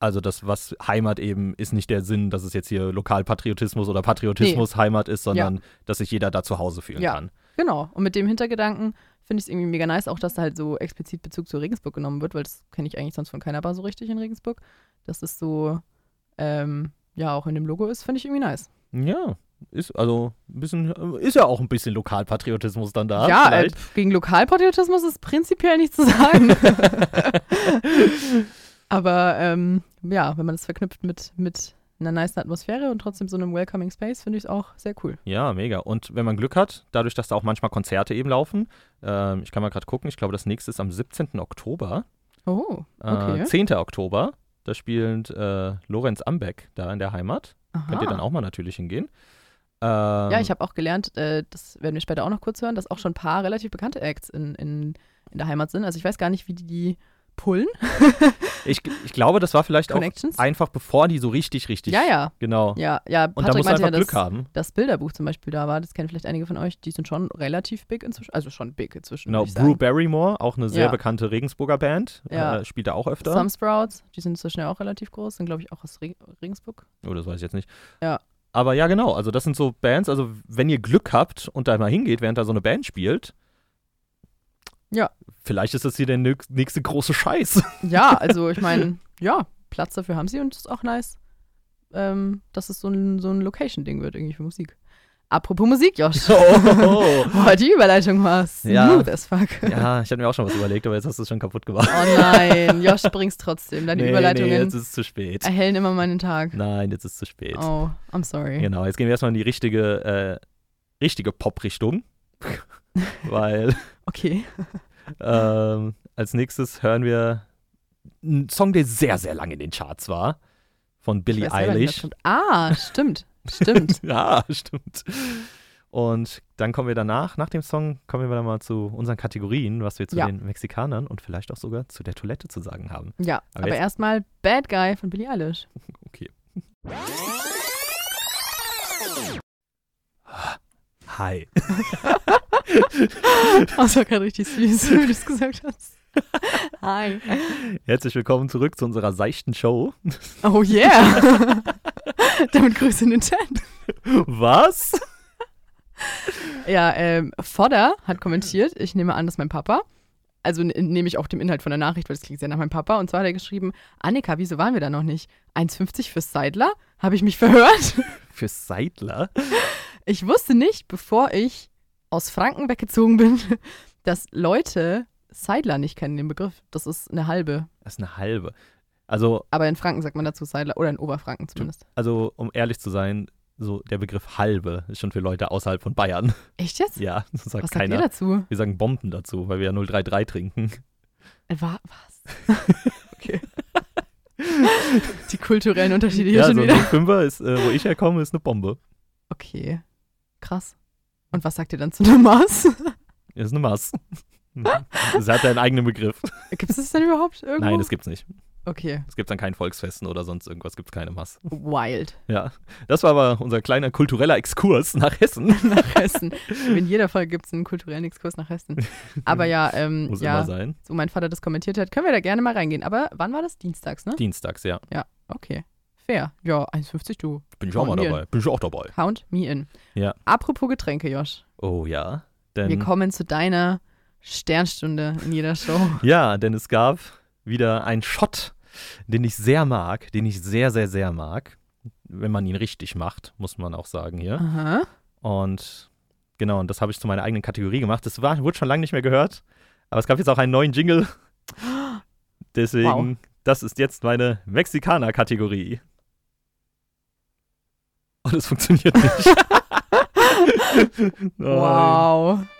[SPEAKER 4] also das, was Heimat eben, ist nicht der Sinn, dass es jetzt hier Lokalpatriotismus oder Patriotismus Heimat ist, sondern dass sich jeder da zu Hause fühlen
[SPEAKER 1] Ja.
[SPEAKER 4] kann.
[SPEAKER 1] Genau. Und mit dem Hintergedanken finde ich es irgendwie mega nice, auch dass da halt so explizit Bezug zu Regensburg genommen wird, weil das kenne ich eigentlich sonst von keiner Bar so richtig in Regensburg. Dass es so, ähm, ja, auch in dem Logo ist, finde ich irgendwie nice.
[SPEAKER 4] Ja, ist also ein bisschen, ist ja auch ein bisschen Lokalpatriotismus dann da.
[SPEAKER 1] ja, äh,
[SPEAKER 4] vielleicht.
[SPEAKER 1] pf, gegen Lokalpatriotismus ist prinzipiell nichts zu sagen. Aber ähm, ja, wenn man das verknüpft mit, mit einer nice Atmosphäre und trotzdem so einem welcoming Space, finde ich es auch sehr cool.
[SPEAKER 4] Ja, mega. Und wenn man Glück hat, dadurch, dass da auch manchmal Konzerte eben laufen, ähm, ich kann mal gerade gucken, ich glaube, das nächste ist am 17. Oktober,
[SPEAKER 1] Oh,
[SPEAKER 4] äh,
[SPEAKER 1] okay.
[SPEAKER 4] 10. Oktober, da spielt äh, Lorenz Ambeck da in der Heimat.
[SPEAKER 1] Aha.
[SPEAKER 4] Könnt ihr dann auch mal natürlich hingehen.
[SPEAKER 1] Ah.
[SPEAKER 4] Ähm,
[SPEAKER 1] Ja, ich habe auch gelernt, äh, das werden wir später auch noch kurz hören, dass auch schon ein paar relativ bekannte Acts in, in, in der Heimat sind. Also ich weiß gar nicht, wie die die pullen.
[SPEAKER 4] ich, ich glaube, das war vielleicht auch
[SPEAKER 1] Connections?
[SPEAKER 4] einfach bevor die so richtig, richtig.
[SPEAKER 1] ja, ja.
[SPEAKER 4] Genau.
[SPEAKER 1] Ja, ja,
[SPEAKER 4] Und da
[SPEAKER 1] Patrick
[SPEAKER 4] muss
[SPEAKER 1] meinte
[SPEAKER 4] man
[SPEAKER 1] ja,
[SPEAKER 4] einfach
[SPEAKER 1] dass
[SPEAKER 4] Glück haben.
[SPEAKER 1] das Bilderbuch zum Beispiel da war. Das kennen vielleicht einige von euch. Die sind schon relativ big inzwischen. Also schon big inzwischen.
[SPEAKER 4] Genau,
[SPEAKER 1] würd ich sagen.
[SPEAKER 4] Brew Barrymore, auch eine sehr
[SPEAKER 1] Ja.
[SPEAKER 4] bekannte Regensburger Band,
[SPEAKER 1] Ja.
[SPEAKER 4] äh, spielt da auch öfter.
[SPEAKER 1] Some Sprouts, die sind inzwischen ja auch relativ groß, sind glaube ich auch aus Reg Regensburg.
[SPEAKER 4] oh, das weiß ich jetzt nicht.
[SPEAKER 1] Ja.
[SPEAKER 4] Aber ja, genau, also das sind so Bands, also wenn ihr Glück habt und da mal hingeht, während da so eine Band spielt.
[SPEAKER 1] Ja.
[SPEAKER 4] Vielleicht ist das hier der nix- nächste große Scheiß.
[SPEAKER 1] Ja, also ich meine, ja, Platz dafür haben sie und es ist auch nice, ähm, dass es so ein, so ein Location-Ding wird irgendwie für Musik. Apropos Musik, Josh.
[SPEAKER 4] Oh.
[SPEAKER 1] Boah, die Überleitung war
[SPEAKER 4] Ja.
[SPEAKER 1] smooth as fuck.
[SPEAKER 4] ja, ich hatte mir auch schon was überlegt, aber jetzt hast du es schon kaputt gemacht.
[SPEAKER 1] Oh nein, Josh bringt's trotzdem. Deine
[SPEAKER 4] Nee,
[SPEAKER 1] Überleitungen
[SPEAKER 4] jetzt ist es zu spät.
[SPEAKER 1] erhellen immer meinen Tag.
[SPEAKER 4] Nein, jetzt ist es zu spät.
[SPEAKER 1] Oh, I'm sorry.
[SPEAKER 4] Genau, jetzt gehen wir erstmal in die richtige, äh, richtige Pop-Richtung. Weil
[SPEAKER 1] Okay.
[SPEAKER 4] ähm, als nächstes hören wir einen Song, der sehr, sehr lange in den Charts war. Von
[SPEAKER 1] Ich
[SPEAKER 4] Billie
[SPEAKER 1] weiß selber nicht, was
[SPEAKER 4] Eilish.
[SPEAKER 1] kommt. Ah, stimmt. Stimmt.
[SPEAKER 4] Ja, stimmt. Und dann kommen wir danach, nach dem Song, kommen wir dann mal zu unseren Kategorien, was wir zu
[SPEAKER 1] Ja.
[SPEAKER 4] den Mexikanern und vielleicht auch sogar zu der Toilette zu sagen haben.
[SPEAKER 1] Ja,
[SPEAKER 4] Aber
[SPEAKER 1] aber
[SPEAKER 4] jetzt-
[SPEAKER 1] erstmal Bad Guy von Billie Eilish.
[SPEAKER 4] Okay. Hi.
[SPEAKER 1] Oh, das war gerade richtig süß, wie du es gesagt hast. Hi.
[SPEAKER 4] Herzlich willkommen zurück zu unserer seichten Show.
[SPEAKER 1] Oh yeah. Damit Grüße in den Chat.
[SPEAKER 4] Was?
[SPEAKER 1] Ja, ähm, Fodder hat kommentiert, ich nehme an, dass mein Papa, also ne- nehme ich auch dem Inhalt von der Nachricht, weil das klingt sehr nach meinem Papa, und zwar hat er geschrieben, Annika, wieso waren wir da noch nicht? 1,50 für Seidler? Habe ich mich verhört?
[SPEAKER 4] Für Seidler?
[SPEAKER 1] Ich wusste nicht, bevor ich aus Franken weggezogen bin, dass Leute Seidler nicht kennen, den Begriff. Das ist eine halbe.
[SPEAKER 4] Das ist eine halbe. Also,
[SPEAKER 1] Aber in Franken sagt man dazu Seidler, oder in Oberfranken zumindest.
[SPEAKER 4] also, um ehrlich zu sein, so der Begriff halbe ist schon für Leute außerhalb von Bayern.
[SPEAKER 1] Echt jetzt?
[SPEAKER 4] Ja, das sagt
[SPEAKER 1] Was sagt
[SPEAKER 4] keiner.
[SPEAKER 1] ihr dazu?
[SPEAKER 4] Wir sagen Bomben dazu, weil wir ja 033 trinken.
[SPEAKER 1] Äh, wa- was? okay. Die kulturellen Unterschiede hier
[SPEAKER 4] ja,
[SPEAKER 1] schon
[SPEAKER 4] so
[SPEAKER 1] wieder.
[SPEAKER 4] ein Fünfer ist, äh, wo ich herkomme, ist eine Bombe.
[SPEAKER 1] Okay. Krass. Und was sagt ihr dann zu einem Maß?
[SPEAKER 4] Das Ist eine Maß. Das hat einen eigenen Begriff.
[SPEAKER 1] Gibt es das denn überhaupt irgendwo?
[SPEAKER 4] Nein, das gibt's nicht.
[SPEAKER 1] Okay.
[SPEAKER 4] Das gibt's an keinen Volksfesten oder sonst irgendwas, gibt's keine Maß.
[SPEAKER 1] Wild.
[SPEAKER 4] Ja. Das war aber unser kleiner kultureller Exkurs nach Hessen.
[SPEAKER 1] Nach Hessen. In jeder Folge gibt es einen kulturellen Exkurs nach Hessen. Aber ja, ähm,
[SPEAKER 4] Muss immer
[SPEAKER 1] ja,
[SPEAKER 4] sein.
[SPEAKER 1] so mein Vater das kommentiert hat, können wir da gerne mal reingehen. Aber wann war das? Dienstags, ne?
[SPEAKER 4] Dienstags, ja.
[SPEAKER 1] Ja, okay. Fair. Ja, 1,50 du.
[SPEAKER 4] Bin ich auch mal
[SPEAKER 1] Kommen wir.
[SPEAKER 4] dabei. Bin ich auch dabei.
[SPEAKER 1] Count me in.
[SPEAKER 4] Ja.
[SPEAKER 1] Apropos Getränke, Josh.
[SPEAKER 4] Oh ja. Denn
[SPEAKER 1] Wir kommen zu deiner Sternstunde in jeder Show.
[SPEAKER 4] Ja, denn es gab wieder einen Shot, den ich sehr mag, den ich sehr, sehr, sehr mag. Wenn man ihn richtig macht, muss man auch sagen hier.
[SPEAKER 1] Aha.
[SPEAKER 4] Und genau, und das habe ich zu meiner eigenen Kategorie gemacht. Das war, wurde schon lange nicht mehr gehört, aber es gab jetzt auch einen neuen Jingle. Deswegen, das ist jetzt meine Mexikaner-Kategorie. Und es funktioniert nicht. Nein.
[SPEAKER 1] Wow.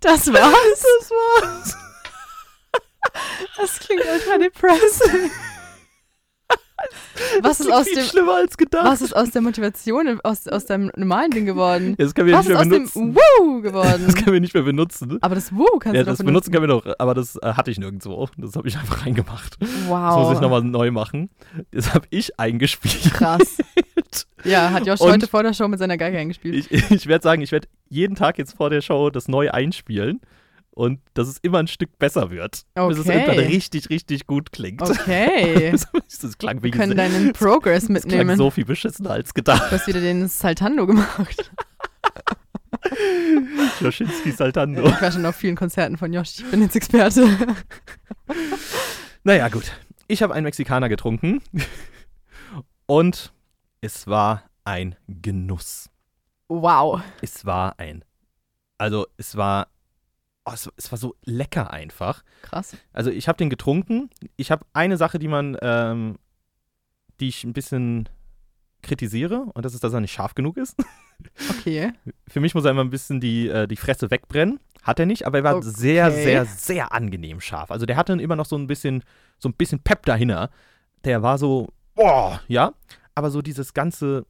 [SPEAKER 1] Das war's. Das war's. Das klingt ultra depressing. Was ist,
[SPEAKER 4] Klingt
[SPEAKER 1] aus
[SPEAKER 4] viel
[SPEAKER 1] dem,
[SPEAKER 4] schlimmer als gedacht.
[SPEAKER 1] was ist aus der Motivation, aus, aus deinem normalen Ding geworden?
[SPEAKER 4] Jetzt können wir
[SPEAKER 1] Was
[SPEAKER 4] nicht
[SPEAKER 1] ist
[SPEAKER 4] mehr
[SPEAKER 1] aus dem
[SPEAKER 4] benutzen.
[SPEAKER 1] Woo
[SPEAKER 4] Das
[SPEAKER 1] geworden?
[SPEAKER 4] können wir nicht mehr benutzen.
[SPEAKER 1] Aber das Woo kannst du
[SPEAKER 4] Ja,
[SPEAKER 1] doch
[SPEAKER 4] das benutzen können wir doch, aber das äh, hatte ich nirgendwo. Das habe ich einfach reingemacht. Das muss ich
[SPEAKER 1] Wow.
[SPEAKER 4] nochmal neu machen. Das habe ich eingespielt.
[SPEAKER 1] Krass. Ja, hat Josh
[SPEAKER 4] Und-
[SPEAKER 1] heute vor der Show mit seiner Geige eingespielt.
[SPEAKER 4] Ich, ich werde sagen, ich werde jeden Tag jetzt vor der Show das neu einspielen und dass es immer ein Stück besser wird. Bis es
[SPEAKER 1] Okay.
[SPEAKER 4] irgendwann richtig, richtig gut klingt.
[SPEAKER 1] Okay.
[SPEAKER 4] Das, das klang
[SPEAKER 1] Wir
[SPEAKER 4] wie
[SPEAKER 1] können deinen Progress
[SPEAKER 4] das klang
[SPEAKER 1] mitnehmen.
[SPEAKER 4] so viel beschissener als gedacht.
[SPEAKER 1] Du hast wieder den Saltando gemacht.
[SPEAKER 4] Joschinski Saltando.
[SPEAKER 1] Ich war schon auf vielen Konzerten von Josh. Ich bin jetzt Experte.
[SPEAKER 4] Naja, gut. Ich habe einen Mexikaner getrunken und es war ein Genuss.
[SPEAKER 1] Wow.
[SPEAKER 4] Es war ein. Also, es war. Oh, es, es war so lecker einfach.
[SPEAKER 1] Krass.
[SPEAKER 4] Also, ich habe den getrunken. Ich habe eine Sache, die man. Ähm, die ich ein bisschen kritisiere, und das ist, dass er nicht scharf genug ist.
[SPEAKER 1] Okay.
[SPEAKER 4] Für mich muss er immer ein bisschen die, äh, die Fresse wegbrennen. Hat er nicht, aber er war
[SPEAKER 1] Okay.
[SPEAKER 4] sehr, sehr, sehr angenehm scharf. Also der hatte immer noch so ein bisschen, so ein bisschen Pep dahinter. Der war so, boah, ja. Aber so dieses ganze,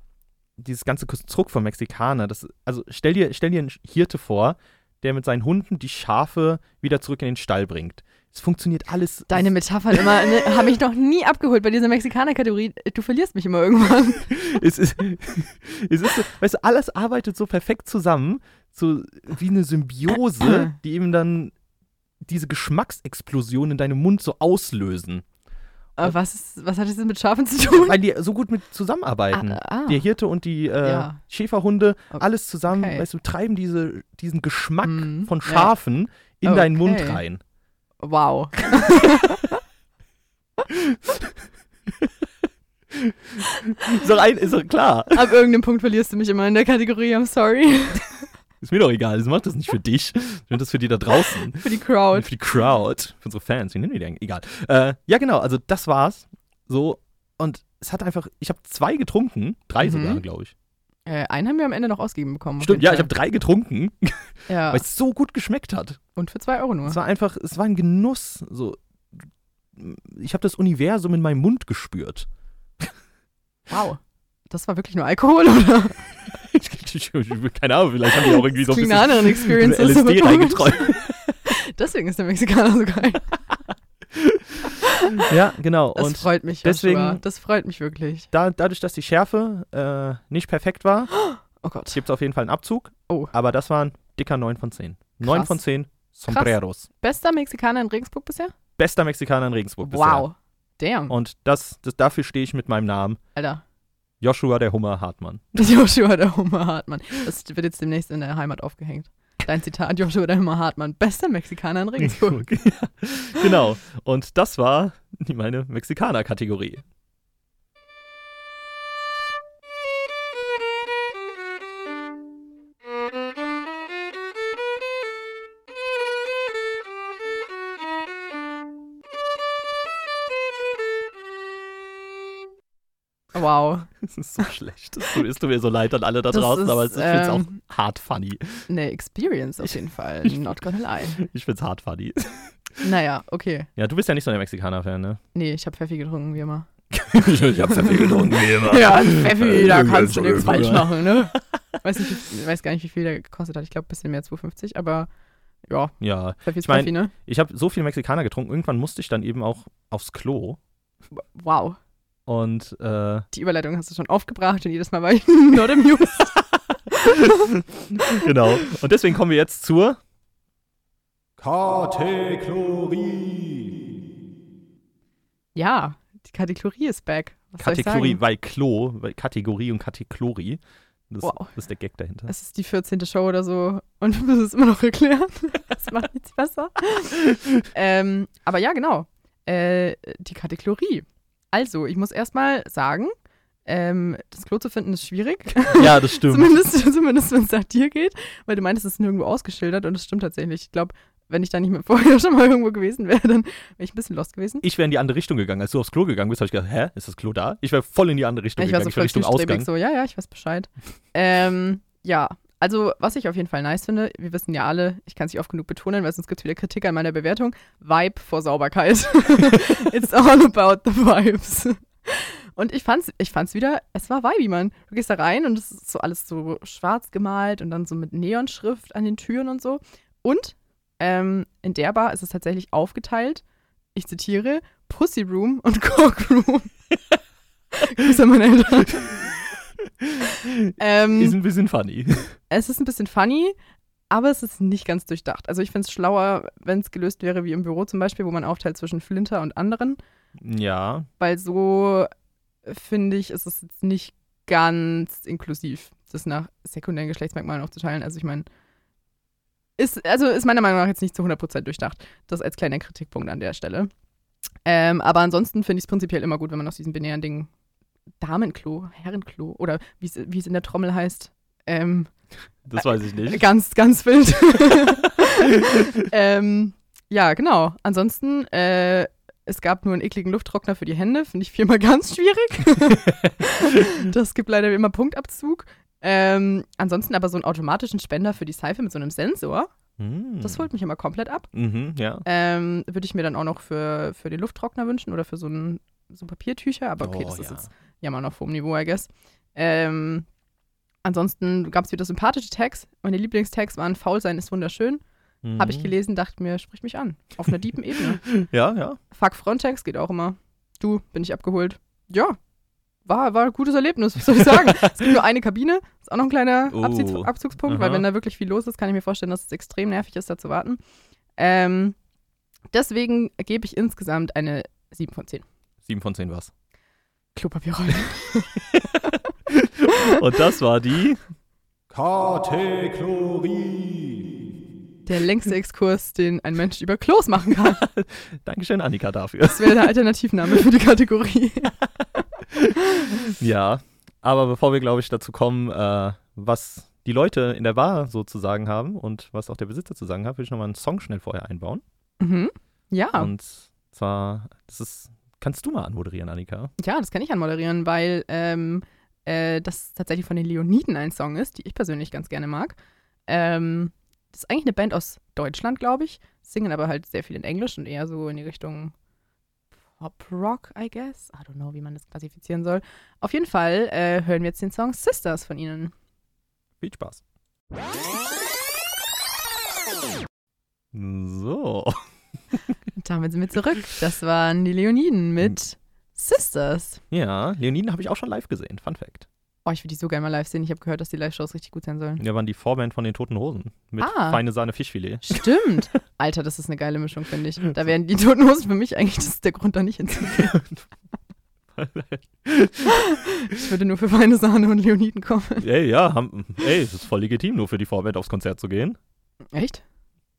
[SPEAKER 4] dieses ganze Konstrukt vom Mexikaner, das, also stell dir, stell dir einen Hirte vor, der mit seinen Hunden die Schafe wieder zurück in den Stall bringt. Es funktioniert alles.
[SPEAKER 1] Deine Metaphern immer ne, haben mich noch nie abgeholt bei dieser Mexikaner-Kategorie. Du verlierst mich immer irgendwann.
[SPEAKER 4] es ist, es ist so, weißt du, alles arbeitet so perfekt zusammen, so wie eine Symbiose, die eben dann diese Geschmacksexplosion in deinem Mund so auslösen,
[SPEAKER 1] Aber Äh, was, ist, was hat das denn mit Schafen zu tun?
[SPEAKER 4] weil die so gut mit zusammenarbeiten.
[SPEAKER 1] Ah, ah.
[SPEAKER 4] Der Hirte und die äh,
[SPEAKER 1] Ja.
[SPEAKER 4] Schäferhunde,
[SPEAKER 1] Okay.
[SPEAKER 4] alles zusammen,
[SPEAKER 1] Okay.
[SPEAKER 4] weißt du, treiben diese, diesen Geschmack
[SPEAKER 1] Mhm.
[SPEAKER 4] von
[SPEAKER 1] Ja.
[SPEAKER 4] Schafen in deinen Mund
[SPEAKER 1] Okay.
[SPEAKER 4] rein.
[SPEAKER 1] Wow.
[SPEAKER 4] Ist doch, ein, ist doch klar.
[SPEAKER 1] Ab irgendeinem Punkt verlierst du mich immer in der Kategorie. I'm sorry.
[SPEAKER 4] Ist mir doch egal. Das macht das nicht für dich. Ich mach das für die da draußen.
[SPEAKER 1] Für die Crowd.
[SPEAKER 4] Für die Crowd, für unsere Fans, wie nennen wir die eigentlich? Egal. Äh, ja, genau, also das war's. So, und es hat einfach, ich habe zwei getrunken, drei
[SPEAKER 1] Mhm.
[SPEAKER 4] sogar, glaube ich.
[SPEAKER 1] Äh, einen haben wir am Ende noch ausgegeben bekommen. auf
[SPEAKER 4] Stimmt,
[SPEAKER 1] jeden
[SPEAKER 4] ja, ich
[SPEAKER 1] Fall.
[SPEAKER 4] habe drei getrunken,
[SPEAKER 1] Ja.
[SPEAKER 4] weil es so gut geschmeckt hat.
[SPEAKER 1] Und für zwei Euro nur.
[SPEAKER 4] Es war einfach, es war ein Genuss. So, ich habe das Universum in meinem Mund gespürt.
[SPEAKER 1] Wow. Das war wirklich nur Alkohol, oder?
[SPEAKER 4] Keine Ahnung, vielleicht haben die auch irgendwie so
[SPEAKER 1] Das
[SPEAKER 4] ein
[SPEAKER 1] klingt nach
[SPEAKER 4] bisschen
[SPEAKER 1] anderen Experiences.
[SPEAKER 4] LSD
[SPEAKER 1] so
[SPEAKER 4] reingetreut.
[SPEAKER 1] Deswegen ist der Mexikaner so geil.
[SPEAKER 4] Ja, genau.
[SPEAKER 1] Das
[SPEAKER 4] und
[SPEAKER 1] freut mich,
[SPEAKER 4] deswegen-
[SPEAKER 1] Joshua. Das freut mich wirklich.
[SPEAKER 4] da, dadurch, dass die Schärfe äh, nicht perfekt war,
[SPEAKER 1] Oh Gott.
[SPEAKER 4] gibt es auf jeden Fall einen Abzug.
[SPEAKER 1] Oh.
[SPEAKER 4] Aber das war ein dicker 9 von 10. 9
[SPEAKER 1] Krass.
[SPEAKER 4] von 10 Sombreros.
[SPEAKER 1] Bester Mexikaner in Regensburg bisher?
[SPEAKER 4] Bester Mexikaner in Regensburg
[SPEAKER 1] wow. Damn,
[SPEAKER 4] bisher. Und das, das, dafür stehe ich mit meinem Namen.
[SPEAKER 1] Alter.
[SPEAKER 4] Joshua der Hummer Hartmann.
[SPEAKER 1] Joshua der Homer Hartmann. Das wird jetzt demnächst in der Heimat aufgehängt. Dein Zitat, Joshua der Homer Hartmann. Bester Mexikaner in Regensburg.
[SPEAKER 4] Ja, genau. Und das war die- meine Mexikaner-Kategorie.
[SPEAKER 1] Wow.
[SPEAKER 4] Es ist so schlecht. Es tut, es tut mir so leid an alle da
[SPEAKER 1] Das
[SPEAKER 4] draußen,
[SPEAKER 1] ist,
[SPEAKER 4] aber es- ich finde es
[SPEAKER 1] ähm,
[SPEAKER 4] auch hart funny.
[SPEAKER 1] Eine Experience auf jeden Fall. Not gonna lie.
[SPEAKER 4] Ich finde es hart funny.
[SPEAKER 1] Naja, okay.
[SPEAKER 4] Ja, du bist ja nicht so der Mexikaner-Fan, ne?
[SPEAKER 1] Nee, ich habe Pfeffi getrunken, wie immer.
[SPEAKER 4] ich hab's ja viel getrunken, wie immer.
[SPEAKER 1] Ja, Pfeffi, da kannst du
[SPEAKER 4] Sorry,
[SPEAKER 1] nichts falsch
[SPEAKER 4] sorry.
[SPEAKER 1] machen, ne? Weiß, nicht, wie- weiß gar nicht, wie viel der gekostet hat. Ich glaube, ein bisschen mehr als 2,50, aber ja,
[SPEAKER 4] Ja,
[SPEAKER 1] Pfeffi ist
[SPEAKER 4] Ich mein-
[SPEAKER 1] Pfeffi, ne?
[SPEAKER 4] ich habe so viel Mexikaner getrunken, irgendwann musste ich dann eben auch aufs Klo.
[SPEAKER 1] Wow.
[SPEAKER 4] Und äh,
[SPEAKER 1] Die Überleitung hast du schon aufgebracht und jedes Mal war ich not amused.
[SPEAKER 4] genau. Und deswegen kommen wir jetzt zur
[SPEAKER 1] Ja, die Kategorie ist back. Was soll ich
[SPEAKER 4] Kategorie,
[SPEAKER 1] sagen?
[SPEAKER 4] weil Klo, weil Kategorie und Kategorie. Das
[SPEAKER 1] Wow.
[SPEAKER 4] ist der Gag dahinter.
[SPEAKER 1] Es ist die 14. Show oder so und wir müssen es immer noch erklären. Das macht nichts besser. ähm, aber ja, genau. Äh, die Kategorie. Also, ich muss erstmal sagen, ähm, das Klo zu finden ist schwierig.
[SPEAKER 4] Ja, das stimmt.
[SPEAKER 1] Zumindest, zumindest wenn es nach dir geht, weil du meinst, es ist nirgendwo ausgeschildert und es stimmt tatsächlich. Ich glaube, wenn ich da nicht mit vorher schon mal irgendwo gewesen wäre, dann wäre ich ein bisschen lost gewesen.
[SPEAKER 4] Ich wäre in die andere Richtung gegangen. Als du aufs Klo gegangen bist, habe ich gedacht, hä, ist das Klo da? Ich wäre voll in die andere Richtung
[SPEAKER 1] Ich war
[SPEAKER 4] gegangen.
[SPEAKER 1] so
[SPEAKER 4] ich wäre
[SPEAKER 1] voll
[SPEAKER 4] Richtung
[SPEAKER 1] zielstrebig,
[SPEAKER 4] Ausgang.
[SPEAKER 1] so, ja, ja, ich weiß Bescheid. ähm, ja, also was ich auf jeden Fall nice finde, wir wissen ja alle, ich kann es nicht oft genug betonen, weil sonst gibt es wieder Kritik an meiner Bewertung, Vibe vor Sauberkeit. It's all about the vibes. Und ich fand's, ich fand's wieder, es war Vibe, Mann. Du gehst da rein und es ist so alles so schwarz gemalt und dann so mit Neonschrift an den Türen und so. Und ähm, in der Bar ist es tatsächlich aufgeteilt, ich zitiere, Pussy Room und Cock Room. Grüße an meine Eltern.
[SPEAKER 4] Ist
[SPEAKER 1] ähm,
[SPEAKER 4] ein bisschen funny.
[SPEAKER 1] es ist ein bisschen funny, aber es ist nicht ganz durchdacht. Also ich finde es schlauer, wenn es gelöst wäre wie im Büro zum Beispiel, wo man aufteilt zwischen Flinter und anderen
[SPEAKER 4] ja,
[SPEAKER 1] weil so finde ich, ist es jetzt nicht ganz inklusiv, das nach sekundären Geschlechtsmerkmalen aufzuteilen. Also ich meine, ist, also ist meiner Meinung nach jetzt nicht zu 100% durchdacht. Das als kleiner Kritikpunkt an der Stelle. Ähm, aber ansonsten finde ich es prinzipiell immer gut, wenn man aus diesen binären Dingen Damenklo, Herrenklo oder wie es- wie es in der Trommel heißt, ähm,
[SPEAKER 4] das weiß ich nicht.
[SPEAKER 1] Ganz, ganz wild. ähm, ja, genau. Ansonsten äh, Es gab nur einen ekligen Lufttrockner für die Hände, finde ich viermal ganz schwierig. das gibt leider immer Punktabzug. Ähm, ansonsten aber so einen automatischen Spender für die Seife mit so einem Sensor,
[SPEAKER 4] Hm.
[SPEAKER 1] das holt mich immer komplett ab.
[SPEAKER 4] Mhm, ja.
[SPEAKER 1] Ähm, Würde ich mir dann auch noch für, für den Lufttrockner wünschen oder für so ein so Papiertücher, aber okay,
[SPEAKER 4] Oh,
[SPEAKER 1] das ist
[SPEAKER 4] ja.
[SPEAKER 1] jetzt ja mal auf hohem Niveau, I guess. Ähm, ansonsten gab es wieder sympathische Tags. Meine Lieblingstags waren Faul sein ist wunderschön.
[SPEAKER 4] Mhm.
[SPEAKER 1] Habe ich gelesen, dachte mir, sprich mich an. Auf einer tiefen Ebene.
[SPEAKER 4] Ja, ja.
[SPEAKER 1] Fuck Frontex geht auch immer. Du, bin ich abgeholt. Ja. War, war ein gutes Erlebnis, was soll ich sagen? es gibt nur eine Kabine, ist auch noch ein kleiner
[SPEAKER 4] Oh.
[SPEAKER 1] Abziegs- Abzugspunkt, weil
[SPEAKER 4] Aha.
[SPEAKER 1] wenn da wirklich viel los ist, kann ich mir vorstellen, dass es extrem nervig ist, da zu warten. Ähm, deswegen gebe ich insgesamt eine 7 von 10.
[SPEAKER 4] Sieben von zehn war's.
[SPEAKER 1] Klopapierrolle.
[SPEAKER 4] Und das war die.
[SPEAKER 1] Der längste Exkurs, den ein Mensch über Klos machen kann.
[SPEAKER 4] Dankeschön, Annika, dafür.
[SPEAKER 1] Das wäre der Alternativname für die Kategorie.
[SPEAKER 4] ja. Aber bevor wir, glaube ich, dazu kommen, äh, was die Leute in der Bar sozusagen haben und was auch der Besitzer zu sagen hat, will ich nochmal einen Song schnell vorher einbauen.
[SPEAKER 1] Mhm. Ja.
[SPEAKER 4] Und zwar, das ist. Kannst du mal anmoderieren, Annika?
[SPEAKER 1] Ja, das kann ich anmoderieren, weil ähm, äh, das tatsächlich von den Leoniden ein Song ist, die ich persönlich ganz gerne mag. Ähm, das ist eigentlich eine Band aus Deutschland, glaube ich, singen aber halt sehr viel in Englisch und eher so in die Richtung Pop-Rock, I guess. I don't know, wie man das klassifizieren soll. Auf jeden Fall äh, hören wir jetzt den Song Sisters von ihnen.
[SPEAKER 4] Viel Spaß. So.
[SPEAKER 1] Und damit sind wir zurück. Das waren die Leoniden mit Sisters.
[SPEAKER 4] Ja, Leoniden habe ich auch schon live gesehen. Fun Fact.
[SPEAKER 1] Oh, ich würde die so gerne mal live sehen. Ich habe gehört, dass die Live-Shows richtig gut sein sollen.
[SPEAKER 4] Ja, waren die Vorband von den Toten Hosen. Mit
[SPEAKER 1] Ah.
[SPEAKER 4] feine Sahne Fischfilet.
[SPEAKER 1] Stimmt. Alter, das ist eine geile Mischung, finde ich. Da wären die Toten Hosen für mich eigentlich, das ist der Grund, da nicht hinzugehen. Ich würde nur für feine Sahne und Leoniden kommen.
[SPEAKER 4] ey, ja, haben, ey, es ist voll legitim, nur für die Vorband aufs Konzert zu gehen.
[SPEAKER 1] Echt?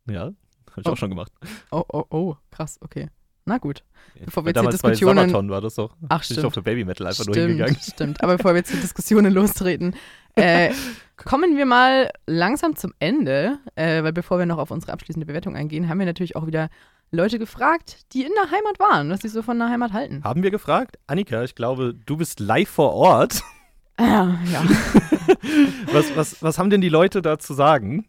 [SPEAKER 4] Ja, habe ich
[SPEAKER 1] Oh.
[SPEAKER 4] auch schon gemacht.
[SPEAKER 1] Oh, oh, oh. Krass, okay. Na gut. Bevor wir jetzt hier
[SPEAKER 4] Damals bei
[SPEAKER 1] Diskussionen-
[SPEAKER 4] Sabaton war das doch.
[SPEAKER 1] Ach,
[SPEAKER 4] Ich
[SPEAKER 1] stimmt.
[SPEAKER 4] auf für Baby Metal einfach nur hingegangen.
[SPEAKER 1] Stimmt, stimmt. Aber bevor wir jetzt die Diskussionen lostreten, äh, kommen wir mal langsam zum Ende, äh, weil bevor wir noch auf unsere abschließende Bewertung eingehen, haben wir natürlich auch wieder Leute gefragt, die in der Heimat waren, was sie so von der Heimat halten.
[SPEAKER 4] Haben wir gefragt? Annika, ich glaube, du bist live vor Ort.
[SPEAKER 1] Ah, ja.
[SPEAKER 4] Was, was, was haben denn die Leute da zu sagen?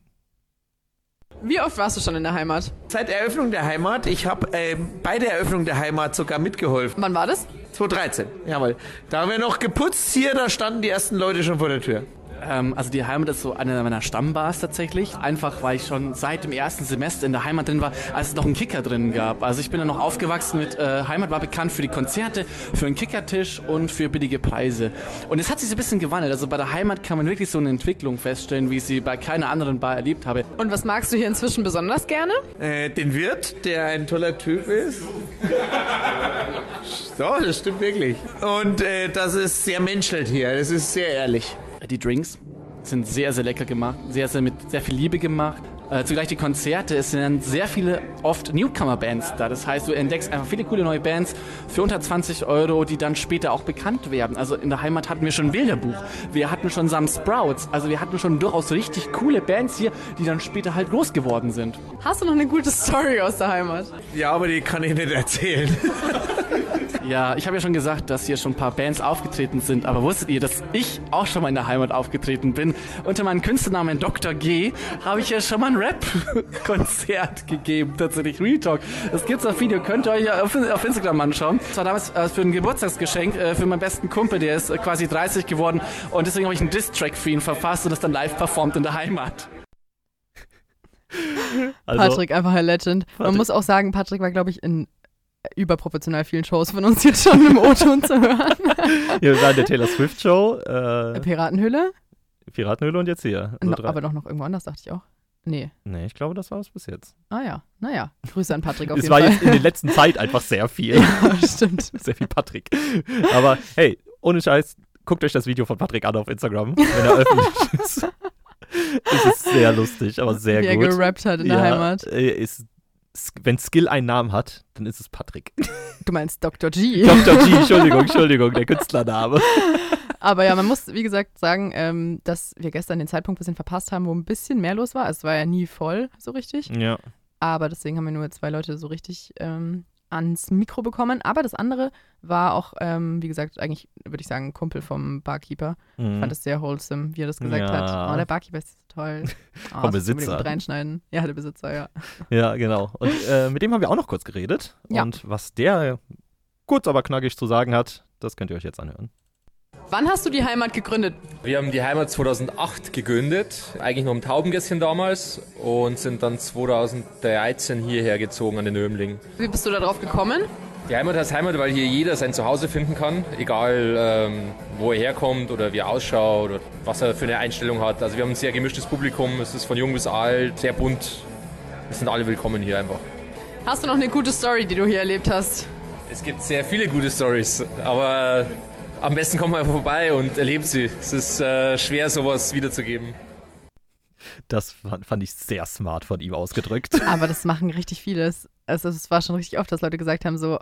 [SPEAKER 1] Wie oft warst du schon in der Heimat?
[SPEAKER 5] Seit Eröffnung der Heimat, ich habe äh, bei der Eröffnung der Heimat sogar mitgeholfen.
[SPEAKER 1] Wann war das?
[SPEAKER 5] 2013, jawohl. Da haben wir noch geputzt hier, da standen die ersten Leute schon vor der Tür.
[SPEAKER 6] Ähm, also die Heimat ist so eine meiner Stammbars tatsächlich. Einfach, weil ich schon seit dem ersten Semester in der Heimat drin war, als es noch einen Kicker drin gab. Also ich bin dann noch aufgewachsen mit äh, Heimat, war bekannt für die Konzerte, für einen Kickertisch und für billige Preise. Und es hat sich so ein bisschen gewandelt. Also bei der Heimat kann man wirklich so eine Entwicklung feststellen, wie ich sie bei keiner anderen Bar erlebt habe.
[SPEAKER 1] Und was magst du hier inzwischen besonders gerne?
[SPEAKER 5] Äh, den Wirt, der ein toller Typ ist. So, das stimmt wirklich. Und äh, das ist sehr menschelt hier, das ist sehr ehrlich.
[SPEAKER 6] Die Drinks sind sehr, sehr lecker gemacht, sehr, sehr mit sehr viel Liebe gemacht. Äh, zugleich die Konzerte, es sind sehr viele oft Newcomer-Bands da. Das heißt, du entdeckst einfach viele coole neue Bands für unter 20 Euro, die dann später auch bekannt werden. Also in der Heimat hatten wir schon Bilderbuch, wir hatten schon Sam Sprouts, also wir hatten schon durchaus richtig coole Bands hier, die dann später halt groß geworden sind.
[SPEAKER 1] Hast du noch eine gute Story aus der Heimat?
[SPEAKER 5] Ja, aber die kann ich nicht erzählen.
[SPEAKER 6] Ja, ich habe ja schon gesagt, dass hier schon ein paar Bands aufgetreten sind, aber wusstet ihr, dass ich auch schon mal in der Heimat aufgetreten bin? Unter meinem Künstlernamen Dr. G habe ich ja schon mal ein Rap-Konzert gegeben, tatsächlich Real Talk. Das gibt's auf Video, könnt ihr euch ja auf, auf Instagram anschauen. Das war damals äh, für ein Geburtstagsgeschenk äh, für meinen besten Kumpel, der ist äh, quasi 30 geworden und deswegen habe ich einen Diss-Track für ihn verfasst und das dann live performt in der Heimat.
[SPEAKER 4] Also,
[SPEAKER 1] Patrick, einfach ein Legend. Man
[SPEAKER 4] Patrick-
[SPEAKER 1] muss auch sagen, Patrick war, glaube ich, in überproportional vielen Shows von uns jetzt schon im O-Ton zu hören.
[SPEAKER 4] Hier war der Taylor Swift Show, äh,
[SPEAKER 1] Piratenhöhle?
[SPEAKER 4] Piratenhöhle und jetzt hier. So
[SPEAKER 1] No,
[SPEAKER 4] Also drei-
[SPEAKER 1] aber doch noch irgendwo anders, dachte ich auch. Nee.
[SPEAKER 4] nee, ich glaube, das war es bis jetzt.
[SPEAKER 1] Ah ja, naja. Grüße an Patrick auf
[SPEAKER 4] Es
[SPEAKER 1] jeden
[SPEAKER 4] war
[SPEAKER 1] Fall.
[SPEAKER 4] jetzt in der letzten Zeit einfach sehr viel.
[SPEAKER 1] ja, stimmt.
[SPEAKER 4] Sehr viel Patrick. Aber hey, ohne Scheiß, guckt euch das Video von Patrick an auf Instagram, wenn er öffentlich ist. Es ist sehr lustig, aber sehr
[SPEAKER 1] Wie er
[SPEAKER 4] gut.
[SPEAKER 1] gerappt hat in der
[SPEAKER 4] Ja,
[SPEAKER 1] Heimat.
[SPEAKER 4] äh, Ist, s- wenn Skill einen Namen hat, dann ist es Patrick.
[SPEAKER 1] Du meinst Dr. G.
[SPEAKER 4] Dr. G, Entschuldigung, Entschuldigung, der Künstlername.
[SPEAKER 1] Aber ja, man muss, wie gesagt, sagen, ähm, dass wir gestern den Zeitpunkt ein bisschen verpasst haben, wo ein bisschen mehr Also los war. Es war ja nie voll, so richtig.
[SPEAKER 4] Ja.
[SPEAKER 1] Aber deswegen haben wir nur zwei Leute so richtig ähm, ans Mikro bekommen. Aber das andere war auch, ähm, wie gesagt, eigentlich würde ich sagen, ein Kumpel vom Barkeeper. Ich
[SPEAKER 4] Mhm.
[SPEAKER 1] fand es sehr wholesome, wie er das gesagt
[SPEAKER 4] Ja.
[SPEAKER 1] hat. Oh, der Barkeeper ist toll. Oh,
[SPEAKER 4] Vom
[SPEAKER 1] das müssen wir
[SPEAKER 4] Besitzer.
[SPEAKER 1] Gut reinschneiden. Ja, der Besitzer, ja.
[SPEAKER 4] Ja, genau. Und äh, mit dem haben wir auch noch kurz geredet.
[SPEAKER 1] Ja.
[SPEAKER 4] Und was der kurz aber knackig zu sagen hat, das könnt ihr euch jetzt anhören.
[SPEAKER 1] Wann hast du die Heimat gegründet?
[SPEAKER 7] Wir haben die Heimat 2008 gegründet, eigentlich noch im Taubengässchen damals und sind dann 2013 hierher gezogen an den Ömling.
[SPEAKER 1] Wie bist du darauf gekommen?
[SPEAKER 7] Die Heimat heißt Heimat, weil hier jeder sein Zuhause finden kann, egal ähm, wo er herkommt oder wie er ausschaut oder was er für eine Einstellung hat. Also wir haben ein sehr gemischtes Publikum, es ist von jung bis alt, sehr bunt. Es sind alle willkommen hier einfach.
[SPEAKER 1] Hast du noch eine gute Story, die du hier erlebt hast?
[SPEAKER 7] Es gibt sehr viele gute Stories, aber am besten kommt man einfach vorbei und erlebt sie. Es ist äh, schwer, sowas wiederzugeben.
[SPEAKER 4] Das fand, fand ich sehr smart von ihm ausgedrückt.
[SPEAKER 1] Aber das machen richtig viele. Es- Also es war schon richtig oft, dass Leute gesagt haben so,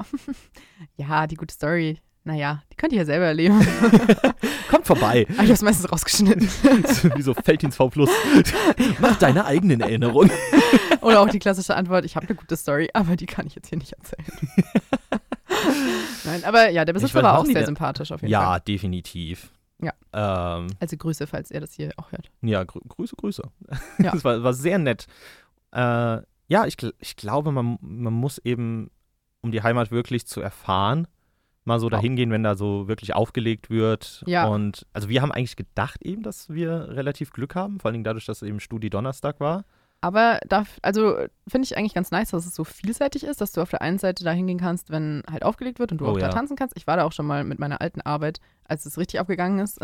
[SPEAKER 1] ja, die gute Story, naja, die könnt ihr ja selber erleben.
[SPEAKER 4] Kommt vorbei.
[SPEAKER 1] Aber ich hab's meistens rausgeschnitten.
[SPEAKER 4] Wieso fällt ins V Plus? Mach deine eigenen Erinnerungen.
[SPEAKER 1] Oder auch die klassische Antwort, ich habe eine gute Story, aber die kann ich jetzt hier nicht erzählen. Nein, aber ja, der Besitzer
[SPEAKER 4] weiß,
[SPEAKER 1] war
[SPEAKER 4] machen
[SPEAKER 1] auch
[SPEAKER 4] die
[SPEAKER 1] sehr
[SPEAKER 4] da-
[SPEAKER 1] sympathisch auf jeden Fall.
[SPEAKER 4] Ja, definitiv.
[SPEAKER 1] Ja.
[SPEAKER 4] Ähm,
[SPEAKER 1] Also Grüße, falls ihr das hier auch hört.
[SPEAKER 4] ja, grü Grüße, Grüße.
[SPEAKER 1] Ja.
[SPEAKER 4] Das war, war sehr nett. Äh, ja, ich, gl ich glaube, man, man muss eben, um die Heimat wirklich zu erfahren, mal so dahin gehen, wenn da so wirklich aufgelegt wird.
[SPEAKER 1] Genau. Ja.
[SPEAKER 4] Und also wir haben eigentlich gedacht eben, dass wir relativ Glück haben, vor allen Dingen dadurch, dass eben Studi Donnerstag war.
[SPEAKER 1] Aber da, also finde ich eigentlich ganz nice, dass es so vielseitig ist, dass du auf der einen Seite da hingehen kannst, wenn halt aufgelegt wird und du
[SPEAKER 4] Oh,
[SPEAKER 1] auch
[SPEAKER 4] ja.
[SPEAKER 1] da tanzen kannst. Ich war da auch schon mal mit meiner alten Arbeit, als es richtig abgegangen ist.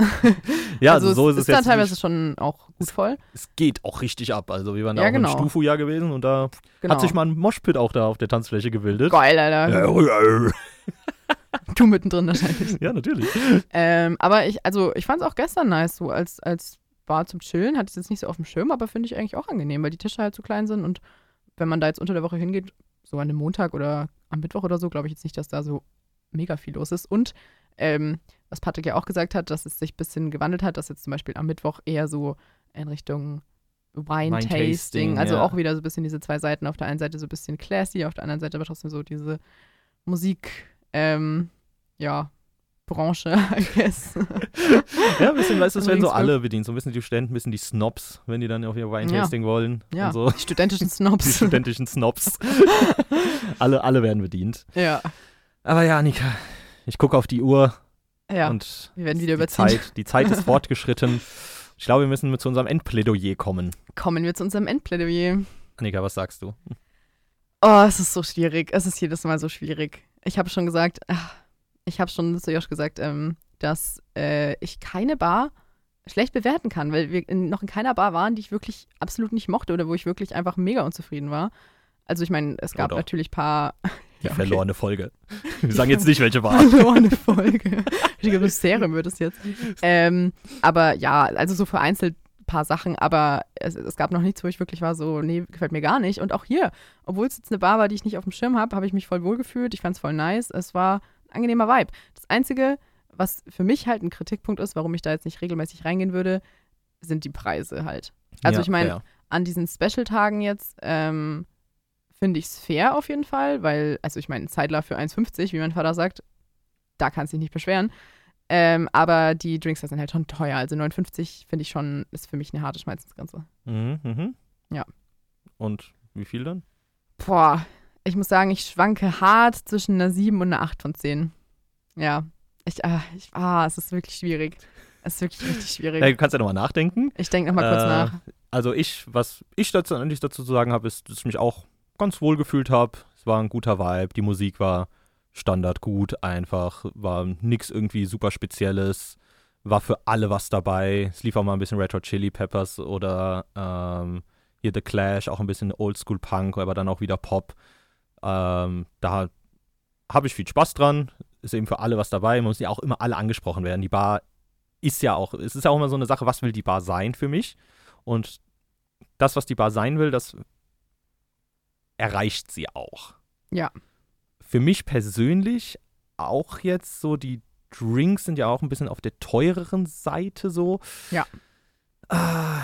[SPEAKER 4] Ja, also, so ist, es
[SPEAKER 1] dann
[SPEAKER 4] jetzt.
[SPEAKER 1] teilweise
[SPEAKER 4] nicht-
[SPEAKER 1] schon auch gut voll.
[SPEAKER 4] es geht auch richtig ab. Also wir waren da
[SPEAKER 1] Ja,
[SPEAKER 4] auch
[SPEAKER 1] genau.
[SPEAKER 4] im Stufu-Jahr gewesen und da
[SPEAKER 1] Genau.
[SPEAKER 4] hat sich mal ein Moshpit auch da auf der Tanzfläche gebildet.
[SPEAKER 1] Geil, Alter.
[SPEAKER 4] Ja,
[SPEAKER 1] Du mittendrin wahrscheinlich.
[SPEAKER 4] natürlich.
[SPEAKER 1] ähm, aber ich, also ich fand es auch gestern nice, so als, als Bar zum Chillen. Hatte es jetzt nicht so auf dem Schirm, aber finde ich eigentlich auch angenehm, weil die Tische halt so klein sind und wenn man da jetzt unter der Woche hingeht, so an einem Montag oder am Mittwoch oder so, glaube ich jetzt nicht, dass da so mega viel los ist. Und ähm, was Patrick ja auch gesagt hat, dass es sich ein bisschen gewandelt hat, dass jetzt zum Beispiel am Mittwoch eher so in Richtung Wine-Tasting,
[SPEAKER 4] Wine-Tasting,
[SPEAKER 1] also
[SPEAKER 4] ja.
[SPEAKER 1] auch wieder so ein bisschen diese zwei Seiten. Auf der einen Seite so ein bisschen classy, auf der anderen Seite aber trotzdem so diese Musik, ähm, ja, Branche, I guess.
[SPEAKER 4] Ja, ein bisschen, weißt du, es werden so
[SPEAKER 1] Linksburg.
[SPEAKER 4] alle bedient. So ein bisschen die Studenten, ein bisschen die Snobs, wenn die dann auf ihr Weintasting wollen.
[SPEAKER 1] Ja,
[SPEAKER 4] Und so.
[SPEAKER 1] die studentischen
[SPEAKER 4] Die
[SPEAKER 1] Snobs.
[SPEAKER 4] studentischen Snobs. alle, alle werden bedient.
[SPEAKER 1] ja,
[SPEAKER 4] Aber ja, Annika, ich gucke auf die Uhr
[SPEAKER 1] ja.
[SPEAKER 4] und
[SPEAKER 1] wir werden wieder
[SPEAKER 4] die
[SPEAKER 1] überziehen.
[SPEAKER 4] Zeit, die Zeit ist fortgeschritten. Ich glaube, wir müssen zu unserem Endplädoyer kommen.
[SPEAKER 1] Kommen wir zu unserem Endplädoyer.
[SPEAKER 4] Annika, was sagst du?
[SPEAKER 1] Oh, es ist so schwierig. Es ist jedes Mal so schwierig. Ich habe schon gesagt, ach, ich habe schon zu Josh gesagt, ähm, dass äh, ich keine Bar schlecht bewerten kann, weil wir in, noch in keiner Bar waren, die ich wirklich absolut nicht mochte oder wo ich wirklich einfach mega unzufrieden war. Also ich meine, es gab
[SPEAKER 4] Oh doch.
[SPEAKER 1] natürlich paar
[SPEAKER 4] Die
[SPEAKER 1] Ja, okay.
[SPEAKER 4] verlorene Folge. Wir sagen jetzt nicht, welche war.
[SPEAKER 1] verlorene Folge. Richtiges Mysterium wird es jetzt. Ähm, aber ja, also so vereinzelt ein paar Sachen, aber es, es gab noch nichts, wo ich wirklich war so, nee, gefällt mir gar nicht. Und auch hier, obwohl es jetzt eine Bar war, die ich nicht auf dem Schirm habe, habe ich mich voll wohl gefühlt. Ich fand es voll nice. Es war ein angenehmer Vibe. Das Einzige, was für mich halt ein Kritikpunkt ist, warum ich da jetzt nicht regelmäßig reingehen würde, sind die Preise halt. Also
[SPEAKER 4] Ja,
[SPEAKER 1] ich meine,
[SPEAKER 4] fair.
[SPEAKER 1] an diesen Special-Tagen jetzt ähm, finde ich es fair auf jeden Fall, weil, also ich meine, ein Zeitler für 1,50, wie mein Vater sagt, da kannst du dich nicht beschweren. Ähm, aber die Drinks da sind halt schon teuer. Also 9,50 finde ich schon, ist für mich eine harte Schmerzensgrenze.
[SPEAKER 4] Mhm, mhm.
[SPEAKER 1] Ja.
[SPEAKER 4] Und wie viel dann?
[SPEAKER 1] Boah, ich muss sagen, ich schwanke hart zwischen einer 7 und einer 8 von 10. Ja, ich, ah, ich, ah, es ist wirklich schwierig. Es ist wirklich richtig
[SPEAKER 4] Ja,
[SPEAKER 1] schwierig.
[SPEAKER 4] du kannst ja nochmal nachdenken.
[SPEAKER 1] Ich denke nochmal kurz
[SPEAKER 4] Äh,
[SPEAKER 1] nach.
[SPEAKER 4] Also ich, was ich dazu eigentlich dazu zu sagen habe, ist, dass ich mich auch ganz wohl gefühlt habe. Es war ein guter Vibe, die Musik war standard gut, einfach, war nix irgendwie super Spezielles, war für alle was dabei. Es lief auch mal ein bisschen Retro Chili Peppers oder ähm, hier The Clash, auch ein bisschen Oldschool Punk, aber dann auch wieder Pop. Ähm, da habe ich viel Spaß dran. Ist eben für alle was dabei. Man muss ja auch immer alle angesprochen werden. Die Bar ist ja auch, es ist ja auch immer so eine Sache, was will die Bar sein für mich? Und das, was die Bar sein will, das erreicht sie auch.
[SPEAKER 1] Ja.
[SPEAKER 4] Für mich persönlich auch jetzt so, die Drinks sind ja auch ein bisschen auf der teureren Seite so.
[SPEAKER 1] Ja.
[SPEAKER 4] Ah,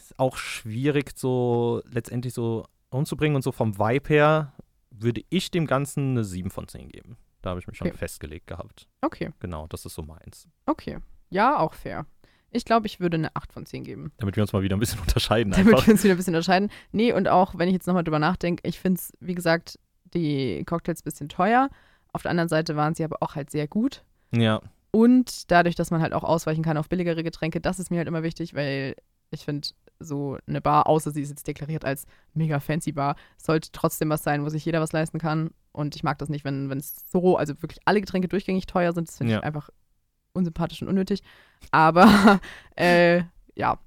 [SPEAKER 4] ist auch schwierig so letztendlich so umzubringen und so vom Vibe her würde ich dem Ganzen eine 7 von 10 geben. Da habe ich mich schon
[SPEAKER 1] Okay.
[SPEAKER 4] festgelegt gehabt.
[SPEAKER 1] Okay,
[SPEAKER 4] Genau, das ist so meins.
[SPEAKER 1] okay. Ja, auch fair. Ich glaube, ich würde eine 8 von 10 geben.
[SPEAKER 4] Damit wir uns mal wieder ein bisschen unterscheiden
[SPEAKER 1] Damit
[SPEAKER 4] einfach.
[SPEAKER 1] wir uns wieder ein bisschen unterscheiden. Nee, und auch, wenn ich jetzt nochmal drüber nachdenke, ich finde es, wie gesagt, die Cocktails ein bisschen teuer. Auf der anderen Seite waren sie aber auch halt sehr gut.
[SPEAKER 4] Ja,
[SPEAKER 1] Und dadurch, dass man halt auch ausweichen kann auf billigere Getränke, das ist mir halt immer wichtig, weil ich finde, so eine Bar, außer sie ist jetzt deklariert als mega fancy Bar, sollte trotzdem was sein, wo sich jeder was leisten kann. Und ich mag das nicht, wenn wenn es so, also wirklich alle Getränke durchgängig teuer sind. Das finde
[SPEAKER 4] Ja.
[SPEAKER 1] ich einfach unsympathisch und unnötig. Aber äh, ja,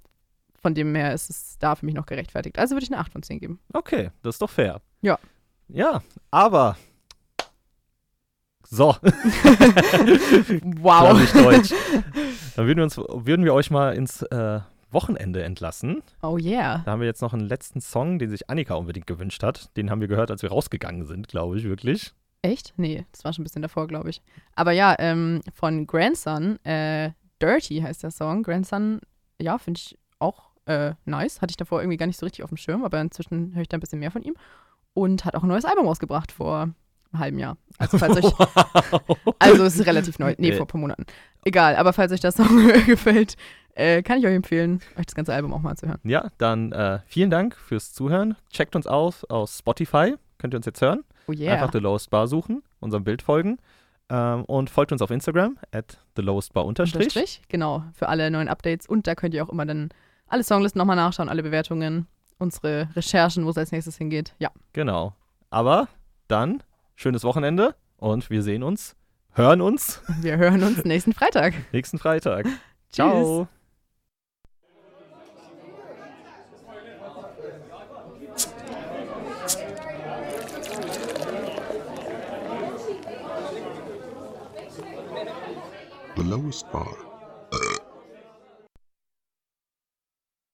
[SPEAKER 1] von dem her ist es da für mich noch gerechtfertigt. Also würde ich eine 8 von 10 geben.
[SPEAKER 4] okay, das ist doch fair.
[SPEAKER 1] Ja.
[SPEAKER 4] Ja, aber. So,
[SPEAKER 1] Wow.
[SPEAKER 4] glaube ich Deutsch. Dann würden wir, uns, würden wir euch mal ins äh, Wochenende entlassen.
[SPEAKER 1] Oh yeah.
[SPEAKER 4] Da haben wir jetzt noch einen letzten Song, den sich Annika unbedingt gewünscht hat. Den haben wir gehört, als wir rausgegangen sind, glaube ich, wirklich.
[SPEAKER 1] Echt? Nee, das war schon ein bisschen davor, glaube ich. Aber ja, ähm, von Grandson, äh, Dirty heißt der Song. Grandson, ja, finde ich auch äh, nice. Hatte ich davor irgendwie gar nicht so richtig auf dem Schirm, aber inzwischen höre ich da ein bisschen mehr von ihm. Und hat auch ein neues Album rausgebracht vor einem halben Jahr. Also, falls euch,
[SPEAKER 4] Wow.
[SPEAKER 1] also es ist relativ neu. Nee,
[SPEAKER 4] Äh.
[SPEAKER 1] vor ein paar Monaten. Egal, aber falls euch der Song gefällt, äh, kann ich euch empfehlen, euch das ganze Album auch mal anzuhören.
[SPEAKER 4] Ja, dann äh, vielen Dank fürs Zuhören. Checkt uns aus auf Spotify. Könnt ihr uns jetzt hören?
[SPEAKER 1] Oh yeah.
[SPEAKER 4] Einfach The Lowest Bar suchen, unserem Bild folgen. Ähm, und folgt uns auf Instagram at The Lowest Bar unterstrich.
[SPEAKER 1] Unterstrich, Genau, für alle neuen Updates. Und da könnt ihr auch immer dann alle Songlisten nochmal nachschauen, alle Bewertungen, unsere Recherchen, wo es als nächstes hingeht. Ja,
[SPEAKER 4] Genau. Aber dann schönes Wochenende und wir sehen uns, hören uns
[SPEAKER 1] wir hören uns nächsten Freitag.
[SPEAKER 4] nächsten Freitag. Ciao.
[SPEAKER 3] The lowest bar.